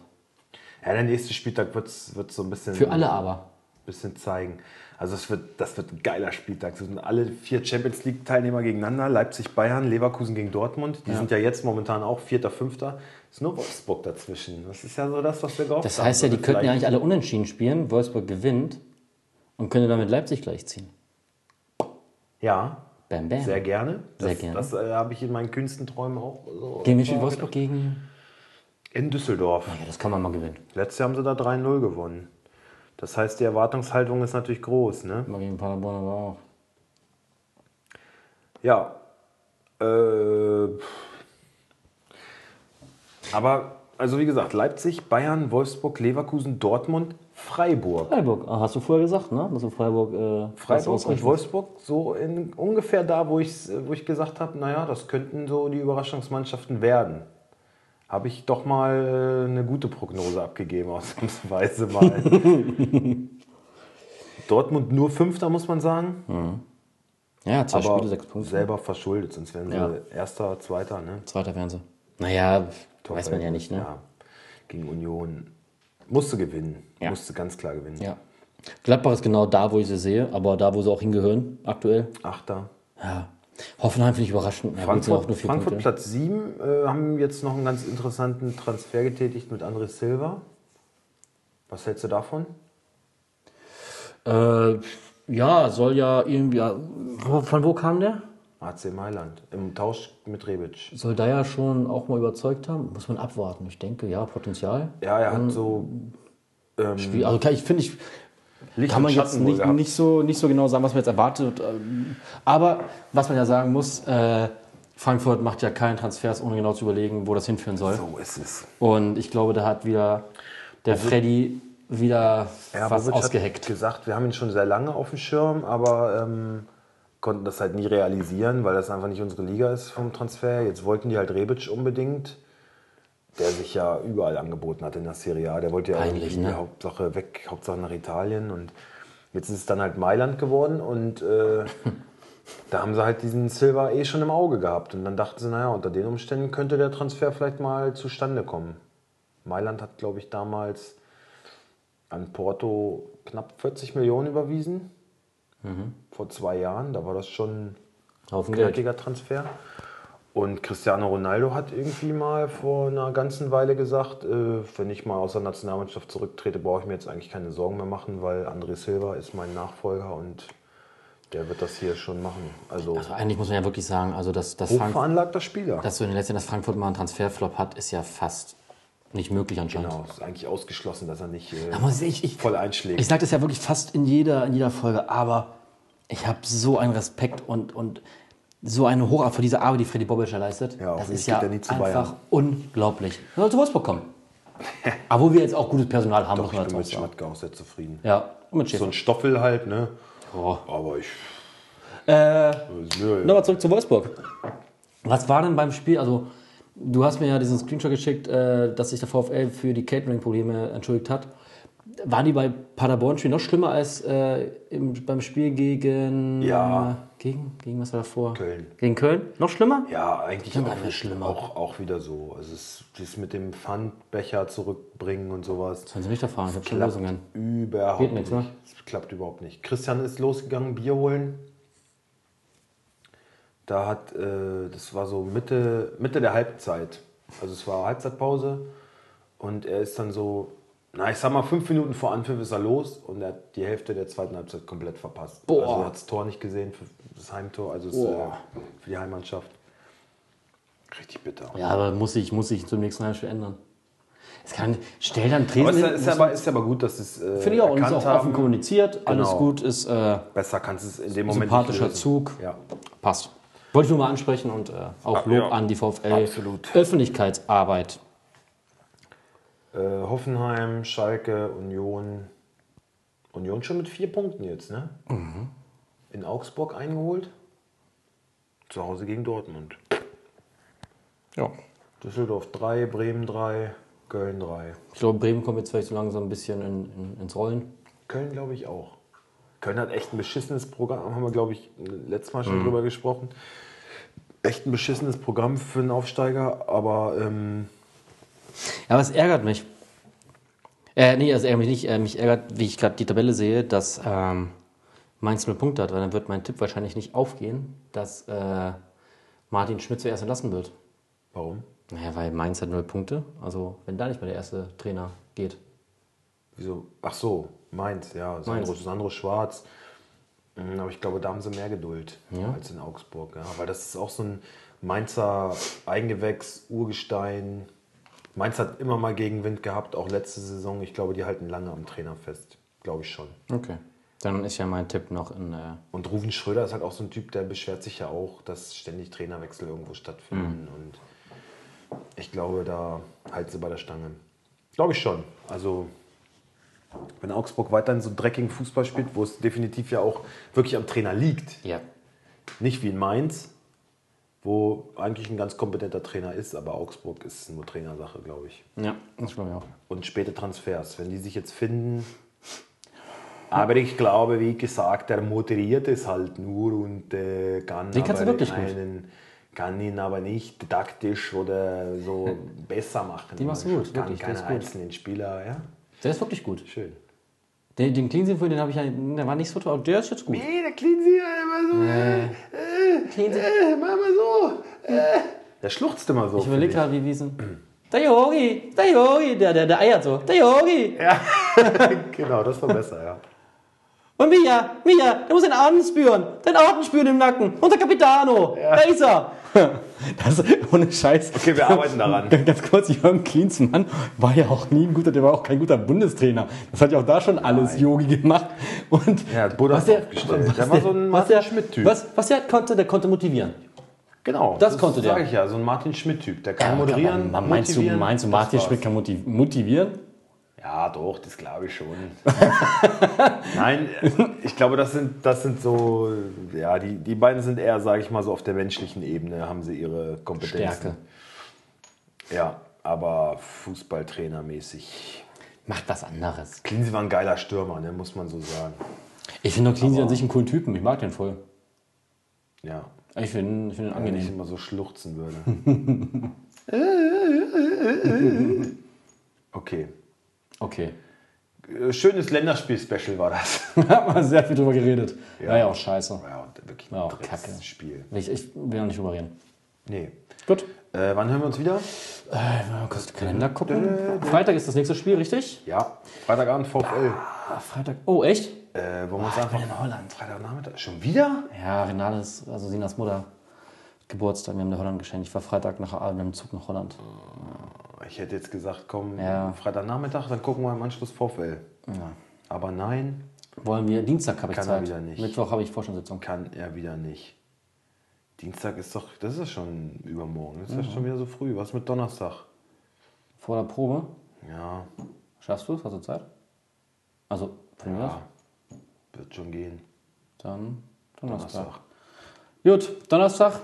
Speaker 1: Ja, der nächste Spieltag wird es so ein bisschen.
Speaker 2: Für alle aber.
Speaker 1: bisschen zeigen. Also es wird, das wird ein geiler Spieltag. Es sind alle vier Champions League-Teilnehmer gegeneinander. Leipzig, Bayern, Leverkusen gegen Dortmund. Die sind ja jetzt momentan auch Vierter, Fünfter. Ist nur Wolfsburg dazwischen. Das ist ja so das, was wir gehofft
Speaker 2: Das
Speaker 1: haben. Also
Speaker 2: heißt ja, die
Speaker 1: Vielleicht-
Speaker 2: könnten ja eigentlich alle unentschieden spielen. Wolfsburg gewinnt und könnte damit Leipzig gleichziehen.
Speaker 1: Ja,
Speaker 2: Bam, bam.
Speaker 1: sehr gerne. Das,
Speaker 2: Sehr gerne.
Speaker 1: Das äh, habe ich in meinen kühnsten Träumen auch so.
Speaker 2: Gehen wir spielen Wolfsburg gegen.
Speaker 1: In Düsseldorf.
Speaker 2: Ja, das kann man mal gewinnen.
Speaker 1: Letztes Jahr haben sie da 3-0 gewonnen. Das heißt, die Erwartungshaltung ist natürlich groß. Ne?
Speaker 2: Mal gegen Paderborn aber auch.
Speaker 1: Ja. Äh, aber, also wie gesagt, Leipzig, Bayern, Wolfsburg, Leverkusen, Dortmund, Freiburg.
Speaker 2: Freiburg, ah, hast du vorher gesagt, ne? Dass du Freiburg. Äh,
Speaker 1: Freiburg und Wolfsburg so in, ungefähr da, wo, ich's, wo ich gesagt habe, naja, das könnten so die Überraschungsmannschaften werden. Habe ich doch mal äh, eine gute Prognose abgegeben, ausnahmsweise mal. Dortmund nur Fünfter, muss man sagen.
Speaker 2: Ja, zwei
Speaker 1: aber
Speaker 2: Spiele, sechs Punkte.
Speaker 1: selber verschuldet, sonst wären sie
Speaker 2: Ja.
Speaker 1: Erster, Zweiter. Ne?
Speaker 2: Zweiter wären sie. Naja, weiß man ja nicht, ne?
Speaker 1: Ja. Gegen Union. Musste gewinnen.
Speaker 2: Ja.
Speaker 1: Musste ganz klar gewinnen.
Speaker 2: Ja. Gladbach ist genau da, wo ich sie sehe, aber da, wo sie auch hingehören, aktuell.
Speaker 1: Achter.
Speaker 2: Ja. Hoffenheim finde ich überraschend. Ja, gut, sind auch
Speaker 1: Frankfurt,
Speaker 2: nur vier
Speaker 1: Frankfurt
Speaker 2: Punkte.
Speaker 1: Platz 7 äh, haben jetzt noch einen ganz interessanten Transfer getätigt mit André Silva. Was hältst du davon?
Speaker 2: Äh, ja, soll ja irgendwie. Wo- äh, Von wo kam der?
Speaker 1: AC Mailand im Tausch mit Rebic.
Speaker 2: Soll da ja schon auch mal überzeugt haben, muss man abwarten. Ich denke, ja, Potenzial.
Speaker 1: Ja, er hat so
Speaker 2: Spiel, also kann ich finde ich,
Speaker 1: Licht
Speaker 2: kann man
Speaker 1: und
Speaker 2: jetzt
Speaker 1: Schatten wohl
Speaker 2: nicht,
Speaker 1: gehabt.
Speaker 2: nicht, so, nicht so genau sagen, was man jetzt erwartet. ähm, Aber was man ja sagen muss, äh, Frankfurt macht ja keinen Transfers, ohne genau zu überlegen, wo das hinführen soll.
Speaker 1: So ist es.
Speaker 2: Und ich glaube, da hat wieder der Freddy wieder
Speaker 1: Also- Ja,
Speaker 2: was
Speaker 1: Bobic Hat
Speaker 2: ausgeheckt.
Speaker 1: gesagt, wir haben ihn schon sehr lange auf dem Schirm, aber ähm, konnten das halt nie realisieren, weil das einfach nicht unsere Liga ist vom Transfer. Jetzt wollten die halt Rebic unbedingt, der sich ja überall angeboten hat in der Serie A. Der wollte ja
Speaker 2: Peinlich,
Speaker 1: irgendwie
Speaker 2: ne?
Speaker 1: Hauptsache weg, Hauptsache nach Italien. Und jetzt ist es dann halt Mailand geworden und äh, da haben sie halt diesen Silva eh schon im Auge gehabt. Und dann dachten sie, naja, unter den Umständen könnte der Transfer vielleicht mal zustande kommen. Mailand hat, glaube ich, damals an Porto knapp 40 Millionen überwiesen.
Speaker 2: Mhm.
Speaker 1: Vor zwei Jahren, da war das schon
Speaker 2: Haufen
Speaker 1: ein
Speaker 2: Geld.
Speaker 1: knackiger Transfer. Und Cristiano Ronaldo hat irgendwie mal vor einer ganzen Weile gesagt, äh, wenn ich mal aus der Nationalmannschaft zurücktrete, brauche ich mir jetzt eigentlich keine Sorgen mehr machen, weil André Silva ist mein Nachfolger und der wird das hier schon machen. Also
Speaker 2: Also eigentlich muss man ja wirklich sagen, also dass, dass, Frank,
Speaker 1: hochveranlagter Spieler.
Speaker 2: dass so in den letzten Jahren dass Frankfurt mal einen Transferflop hat, ist ja fast nicht möglich anscheinend.
Speaker 1: Genau, ist eigentlich ausgeschlossen, dass er nicht
Speaker 2: Aber
Speaker 1: äh,
Speaker 2: ich, ich,
Speaker 1: voll einschlägt.
Speaker 2: Ich sage das ja wirklich fast in jeder, in jeder Folge, aber ich habe so einen Respekt und, und so eine Hochachtung vor dieser Arbeit, die Freddy Bobic da leistet.
Speaker 1: Ja,
Speaker 2: das
Speaker 1: hoffentlich
Speaker 2: ist ja
Speaker 1: geht er nie zu
Speaker 2: einfach
Speaker 1: Bayern.
Speaker 2: unglaublich. Er soll zu Wolfsburg kommen. aber wo wir jetzt auch gutes Personal haben,
Speaker 1: Doch, ich bin
Speaker 2: dazu auch
Speaker 1: mit
Speaker 2: sagen.
Speaker 1: Schmatke auch sehr zufrieden.
Speaker 2: Ja, und mit
Speaker 1: So
Speaker 2: Schäfer.
Speaker 1: ein Stoffel halt, ne?
Speaker 2: Oh.
Speaker 1: Aber ich.
Speaker 2: Äh,
Speaker 1: Nö,
Speaker 2: Nochmal zurück zu Wolfsburg. Was war denn beim Spiel? Also, du hast mir ja diesen Screenshot geschickt, äh, dass sich der VfL für die Catering-Probleme entschuldigt hat. Waren die bei Paderborn Spiel noch schlimmer als äh, im, beim Spiel gegen.
Speaker 1: Ja.
Speaker 2: Äh, gegen, gegen was war davor?
Speaker 1: Köln.
Speaker 2: Gegen Köln? Noch schlimmer?
Speaker 1: Ja, eigentlich
Speaker 2: Klingt
Speaker 1: auch,
Speaker 2: einfach schlimmer.
Speaker 1: Auch, auch wieder so. Also es, das mit dem Pfandbecher zurückbringen und sowas.
Speaker 2: Sollen sie nicht erfahren, ich habe schon
Speaker 1: klappt
Speaker 2: Lösungen.
Speaker 1: überhaupt
Speaker 2: Geht nichts,
Speaker 1: nicht.
Speaker 2: ne?
Speaker 1: Es klappt überhaupt nicht. Christian ist losgegangen, Bier holen. Da hat, äh, das war so Mitte, Mitte der Halbzeit. Also es war Halbzeitpause und er ist dann so, na ich sag mal, fünf Minuten vor Anpfiff ist er los und er hat die Hälfte der zweiten Halbzeit komplett verpasst.
Speaker 2: Boah.
Speaker 1: Also er hat das Tor nicht gesehen, für das Heimtor, also es, äh, für die Heimmannschaft. Richtig bitter.
Speaker 2: Ja, aber muss ich, muss ich zum nächsten Heimspiel ändern. Es kann, stell dann
Speaker 1: Aber
Speaker 2: Tresen.
Speaker 1: es ist, ja-
Speaker 2: hin,
Speaker 1: ist, ja
Speaker 2: muss-
Speaker 1: aber, ist ja aber gut, dass es äh,
Speaker 2: Finde ich auch, und ist
Speaker 1: erkannt
Speaker 2: auch offen
Speaker 1: haben.
Speaker 2: kommuniziert, alles
Speaker 1: Genau.
Speaker 2: gut, ist äh,
Speaker 1: Besser kannst du es in dem Moment nicht
Speaker 2: sympathischer
Speaker 1: lösen.
Speaker 2: Zug.
Speaker 1: Ja.
Speaker 2: Passt. Wollte ich nur mal ansprechen und äh, auch Lob
Speaker 1: ja.
Speaker 2: an die VfL
Speaker 1: Absolut.
Speaker 2: Öffentlichkeitsarbeit.
Speaker 1: Äh, Hoffenheim, Schalke, Union. Union schon mit vier Punkten jetzt, ne?
Speaker 2: Mhm.
Speaker 1: In Augsburg eingeholt. Zu Hause gegen Dortmund.
Speaker 2: Ja.
Speaker 1: Düsseldorf 3, Bremen 3, Köln 3.
Speaker 2: Ich glaube, Bremen kommt jetzt vielleicht so langsam ein bisschen in, in, ins Rollen.
Speaker 1: Köln glaube ich auch. Köln hat echt ein beschissenes Programm, haben wir glaube ich letztes Mal
Speaker 2: Mhm.
Speaker 1: schon drüber gesprochen. Echt ein beschissenes Programm für einen Aufsteiger, aber ähm,
Speaker 2: Ja, aber es ärgert mich. Äh, nee, es ärgert mich nicht. Äh, mich ärgert, wie ich gerade die Tabelle sehe, dass ähm, Mainz null Punkte hat, weil dann wird mein Tipp wahrscheinlich nicht aufgehen, dass äh, Martin Schmidt zuerst entlassen wird.
Speaker 1: warum?
Speaker 2: Naja, weil Mainz hat null Punkte. Also, wenn da nicht mal der erste Trainer geht.
Speaker 1: Wieso? Ach so, Mainz, ja. Sandro,
Speaker 2: Mainz.
Speaker 1: Sandro Schwarz. Mhm, Aber ich glaube, da haben sie mehr Geduld
Speaker 2: Ja?
Speaker 1: als in Augsburg. Ja. Weil das ist auch so ein Mainzer Eigengewächs, Urgestein. Mainz hat immer mal Gegenwind gehabt, auch letzte Saison. Ich glaube, die halten lange am Trainer fest. Glaube ich schon.
Speaker 2: Okay. Dann ist ja mein Tipp noch in. Äh,
Speaker 1: Und Ruven Schröder ist halt auch so ein Typ, der beschwert sich ja auch, dass ständig Trainerwechsel irgendwo stattfinden. Und ich glaube, da halten sie bei der Stange. Glaube ich schon. Also, wenn Augsburg weiterhin so dreckigen Fußball spielt, wo es definitiv ja auch wirklich am Trainer liegt,
Speaker 2: ja.
Speaker 1: nicht wie in Mainz, wo eigentlich ein ganz kompetenter Trainer ist, aber Augsburg ist nur Trainersache, glaube ich.
Speaker 2: Ja, das glaube ich auch.
Speaker 1: Und späte Transfers, wenn die sich jetzt finden. Aber ich glaube, wie gesagt, er moderiert es halt nur und äh, kann,
Speaker 2: Den kannst du
Speaker 1: aber
Speaker 2: wirklich gut.
Speaker 1: einen, kann ihn aber nicht taktisch oder so besser machen. Die
Speaker 2: machst du gut,
Speaker 1: Kann
Speaker 2: wirklich, der
Speaker 1: keine
Speaker 2: ist gut.
Speaker 1: einzelnen Spieler, ja?
Speaker 2: Der ist wirklich gut.
Speaker 1: Schön.
Speaker 2: Den, den Cleansee, den habe ich ja, der war nicht so toll, aber der ist jetzt gut.
Speaker 1: Nee, der Cleansee immer so. Äh, mach mal so. Äh. Der schluchzt immer so.
Speaker 2: Ich überlege gerade, wie Wiesen. Der Yogi, der Yogi, der, der, der eiert so. Der Yogi.
Speaker 1: genau, das war besser, ja.
Speaker 6: Und Mia, Mia, der muss den Atem spüren. Den Atem spüren im Nacken. Unser Capitano. Da ist er.
Speaker 2: Das, ohne Scheiß.
Speaker 1: Okay, wir arbeiten daran.
Speaker 2: Ganz kurz, Jürgen Klinsmann war ja auch nie ein guter, der war auch kein guter Bundestrainer. Das hat ja auch da schon alles Yogi gemacht. Und
Speaker 1: Ja, hat Buddha
Speaker 6: Was der-
Speaker 1: aufgestellt. Der war so ein
Speaker 6: was
Speaker 1: Martin
Speaker 6: der,
Speaker 1: Schmidt-Typ.
Speaker 6: was, was der konnte, der konnte motivieren.
Speaker 1: Genau.
Speaker 6: Das konnte der.
Speaker 1: Sag ich ja, so ein Martin Schmidt-Typ. Der kann moderieren.
Speaker 2: Aber meinst, du,
Speaker 1: motivieren.
Speaker 2: meinst du,
Speaker 1: Das
Speaker 2: Martin
Speaker 1: war's.
Speaker 2: Schmidt kann motiv- motivieren?
Speaker 1: Ja, doch, das glaube ich schon. Nein, also ich glaube, das sind, das sind so, ja, die, die beiden sind eher, sage ich mal, so auf der menschlichen Ebene haben sie ihre
Speaker 6: Stärke.
Speaker 1: Kompetenzen. Ja, aber Fußballtrainermäßig.
Speaker 2: Macht was anderes.
Speaker 1: Klinsi war ein geiler Stürmer, ne, muss man so sagen.
Speaker 2: Ich finde doch Klinsi an sich einen coolen Typen. Ich mag den voll.
Speaker 1: Ja,
Speaker 2: Ich finde ich find ihn
Speaker 1: wenn ich
Speaker 2: angenehm.
Speaker 1: immer so schluchzen würde. Okay.
Speaker 2: Okay.
Speaker 1: Äh, Schönes Länderspiel-Special war das.
Speaker 2: Haben wir sehr viel drüber geredet. Ja, ja, auch scheiße.
Speaker 1: Ja, und wirklich
Speaker 2: Ja,
Speaker 1: ein
Speaker 2: auch Kacke.
Speaker 1: dreckiges Spiel.
Speaker 2: Ich, ich will noch nicht drüber reden.
Speaker 1: Nee.
Speaker 2: Gut.
Speaker 1: Äh, wann hören wir uns wieder?
Speaker 2: Äh, Mal kurz den Kalender gucken. Äh, Freitag ist das nächste Spiel, richtig?
Speaker 1: Ja, Freitagabend VfL.
Speaker 2: Ah, Freitag. Oh, echt?
Speaker 1: Äh, wollen wir uns einfach
Speaker 2: in Holland.
Speaker 1: Freitagnachmittag? Schon wieder?
Speaker 2: Ja, Renales, also Sinas Mutter, Geburtstag, wir haben der Holland geschenkt. Ich war Freitag nach Abend mit dem Zug nach Holland.
Speaker 1: Ich hätte jetzt gesagt, komm,
Speaker 2: Ja.
Speaker 1: Freitagnachmittag, dann gucken wir im Anschluss VfL. Aber nein,
Speaker 2: Wollen wir, Dienstag habe ich
Speaker 1: Kann er
Speaker 2: Zeit.
Speaker 1: wieder nicht.
Speaker 2: Mittwoch habe ich Vorstandssitzung.
Speaker 1: kann er wieder nicht. Dienstag ist doch, das ist ja schon übermorgen, das ist ja schon wieder so früh. Was mit Donnerstag?
Speaker 2: Vor der Probe,
Speaker 1: Ja,
Speaker 2: schaffst du es? Hast du Zeit? Also, von mir aus?
Speaker 1: wird schon gehen.
Speaker 2: Dann Donnerstag.
Speaker 1: Donnerstag.
Speaker 2: Gut, Donnerstag.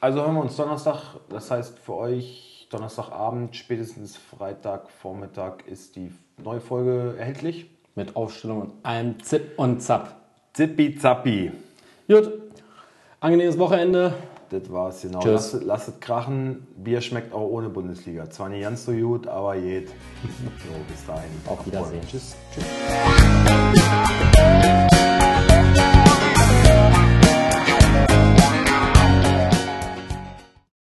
Speaker 1: Also hören wir uns Donnerstag, das heißt für euch Donnerstagabend, spätestens Freitagvormittag ist die neue Folge erhältlich.
Speaker 2: Mit Aufstellung und allem Zip und Zap.
Speaker 1: Zippi zappi.
Speaker 2: Gut, angenehmes Wochenende.
Speaker 1: Das war's, genau.
Speaker 2: Tschüss.
Speaker 1: Lasst, lasst es krachen. Bier schmeckt auch ohne Bundesliga. Zwar nicht ganz so gut, aber geht. So, bis dahin.
Speaker 2: Auf Wiedersehen.
Speaker 1: Tschüss.
Speaker 7: Thank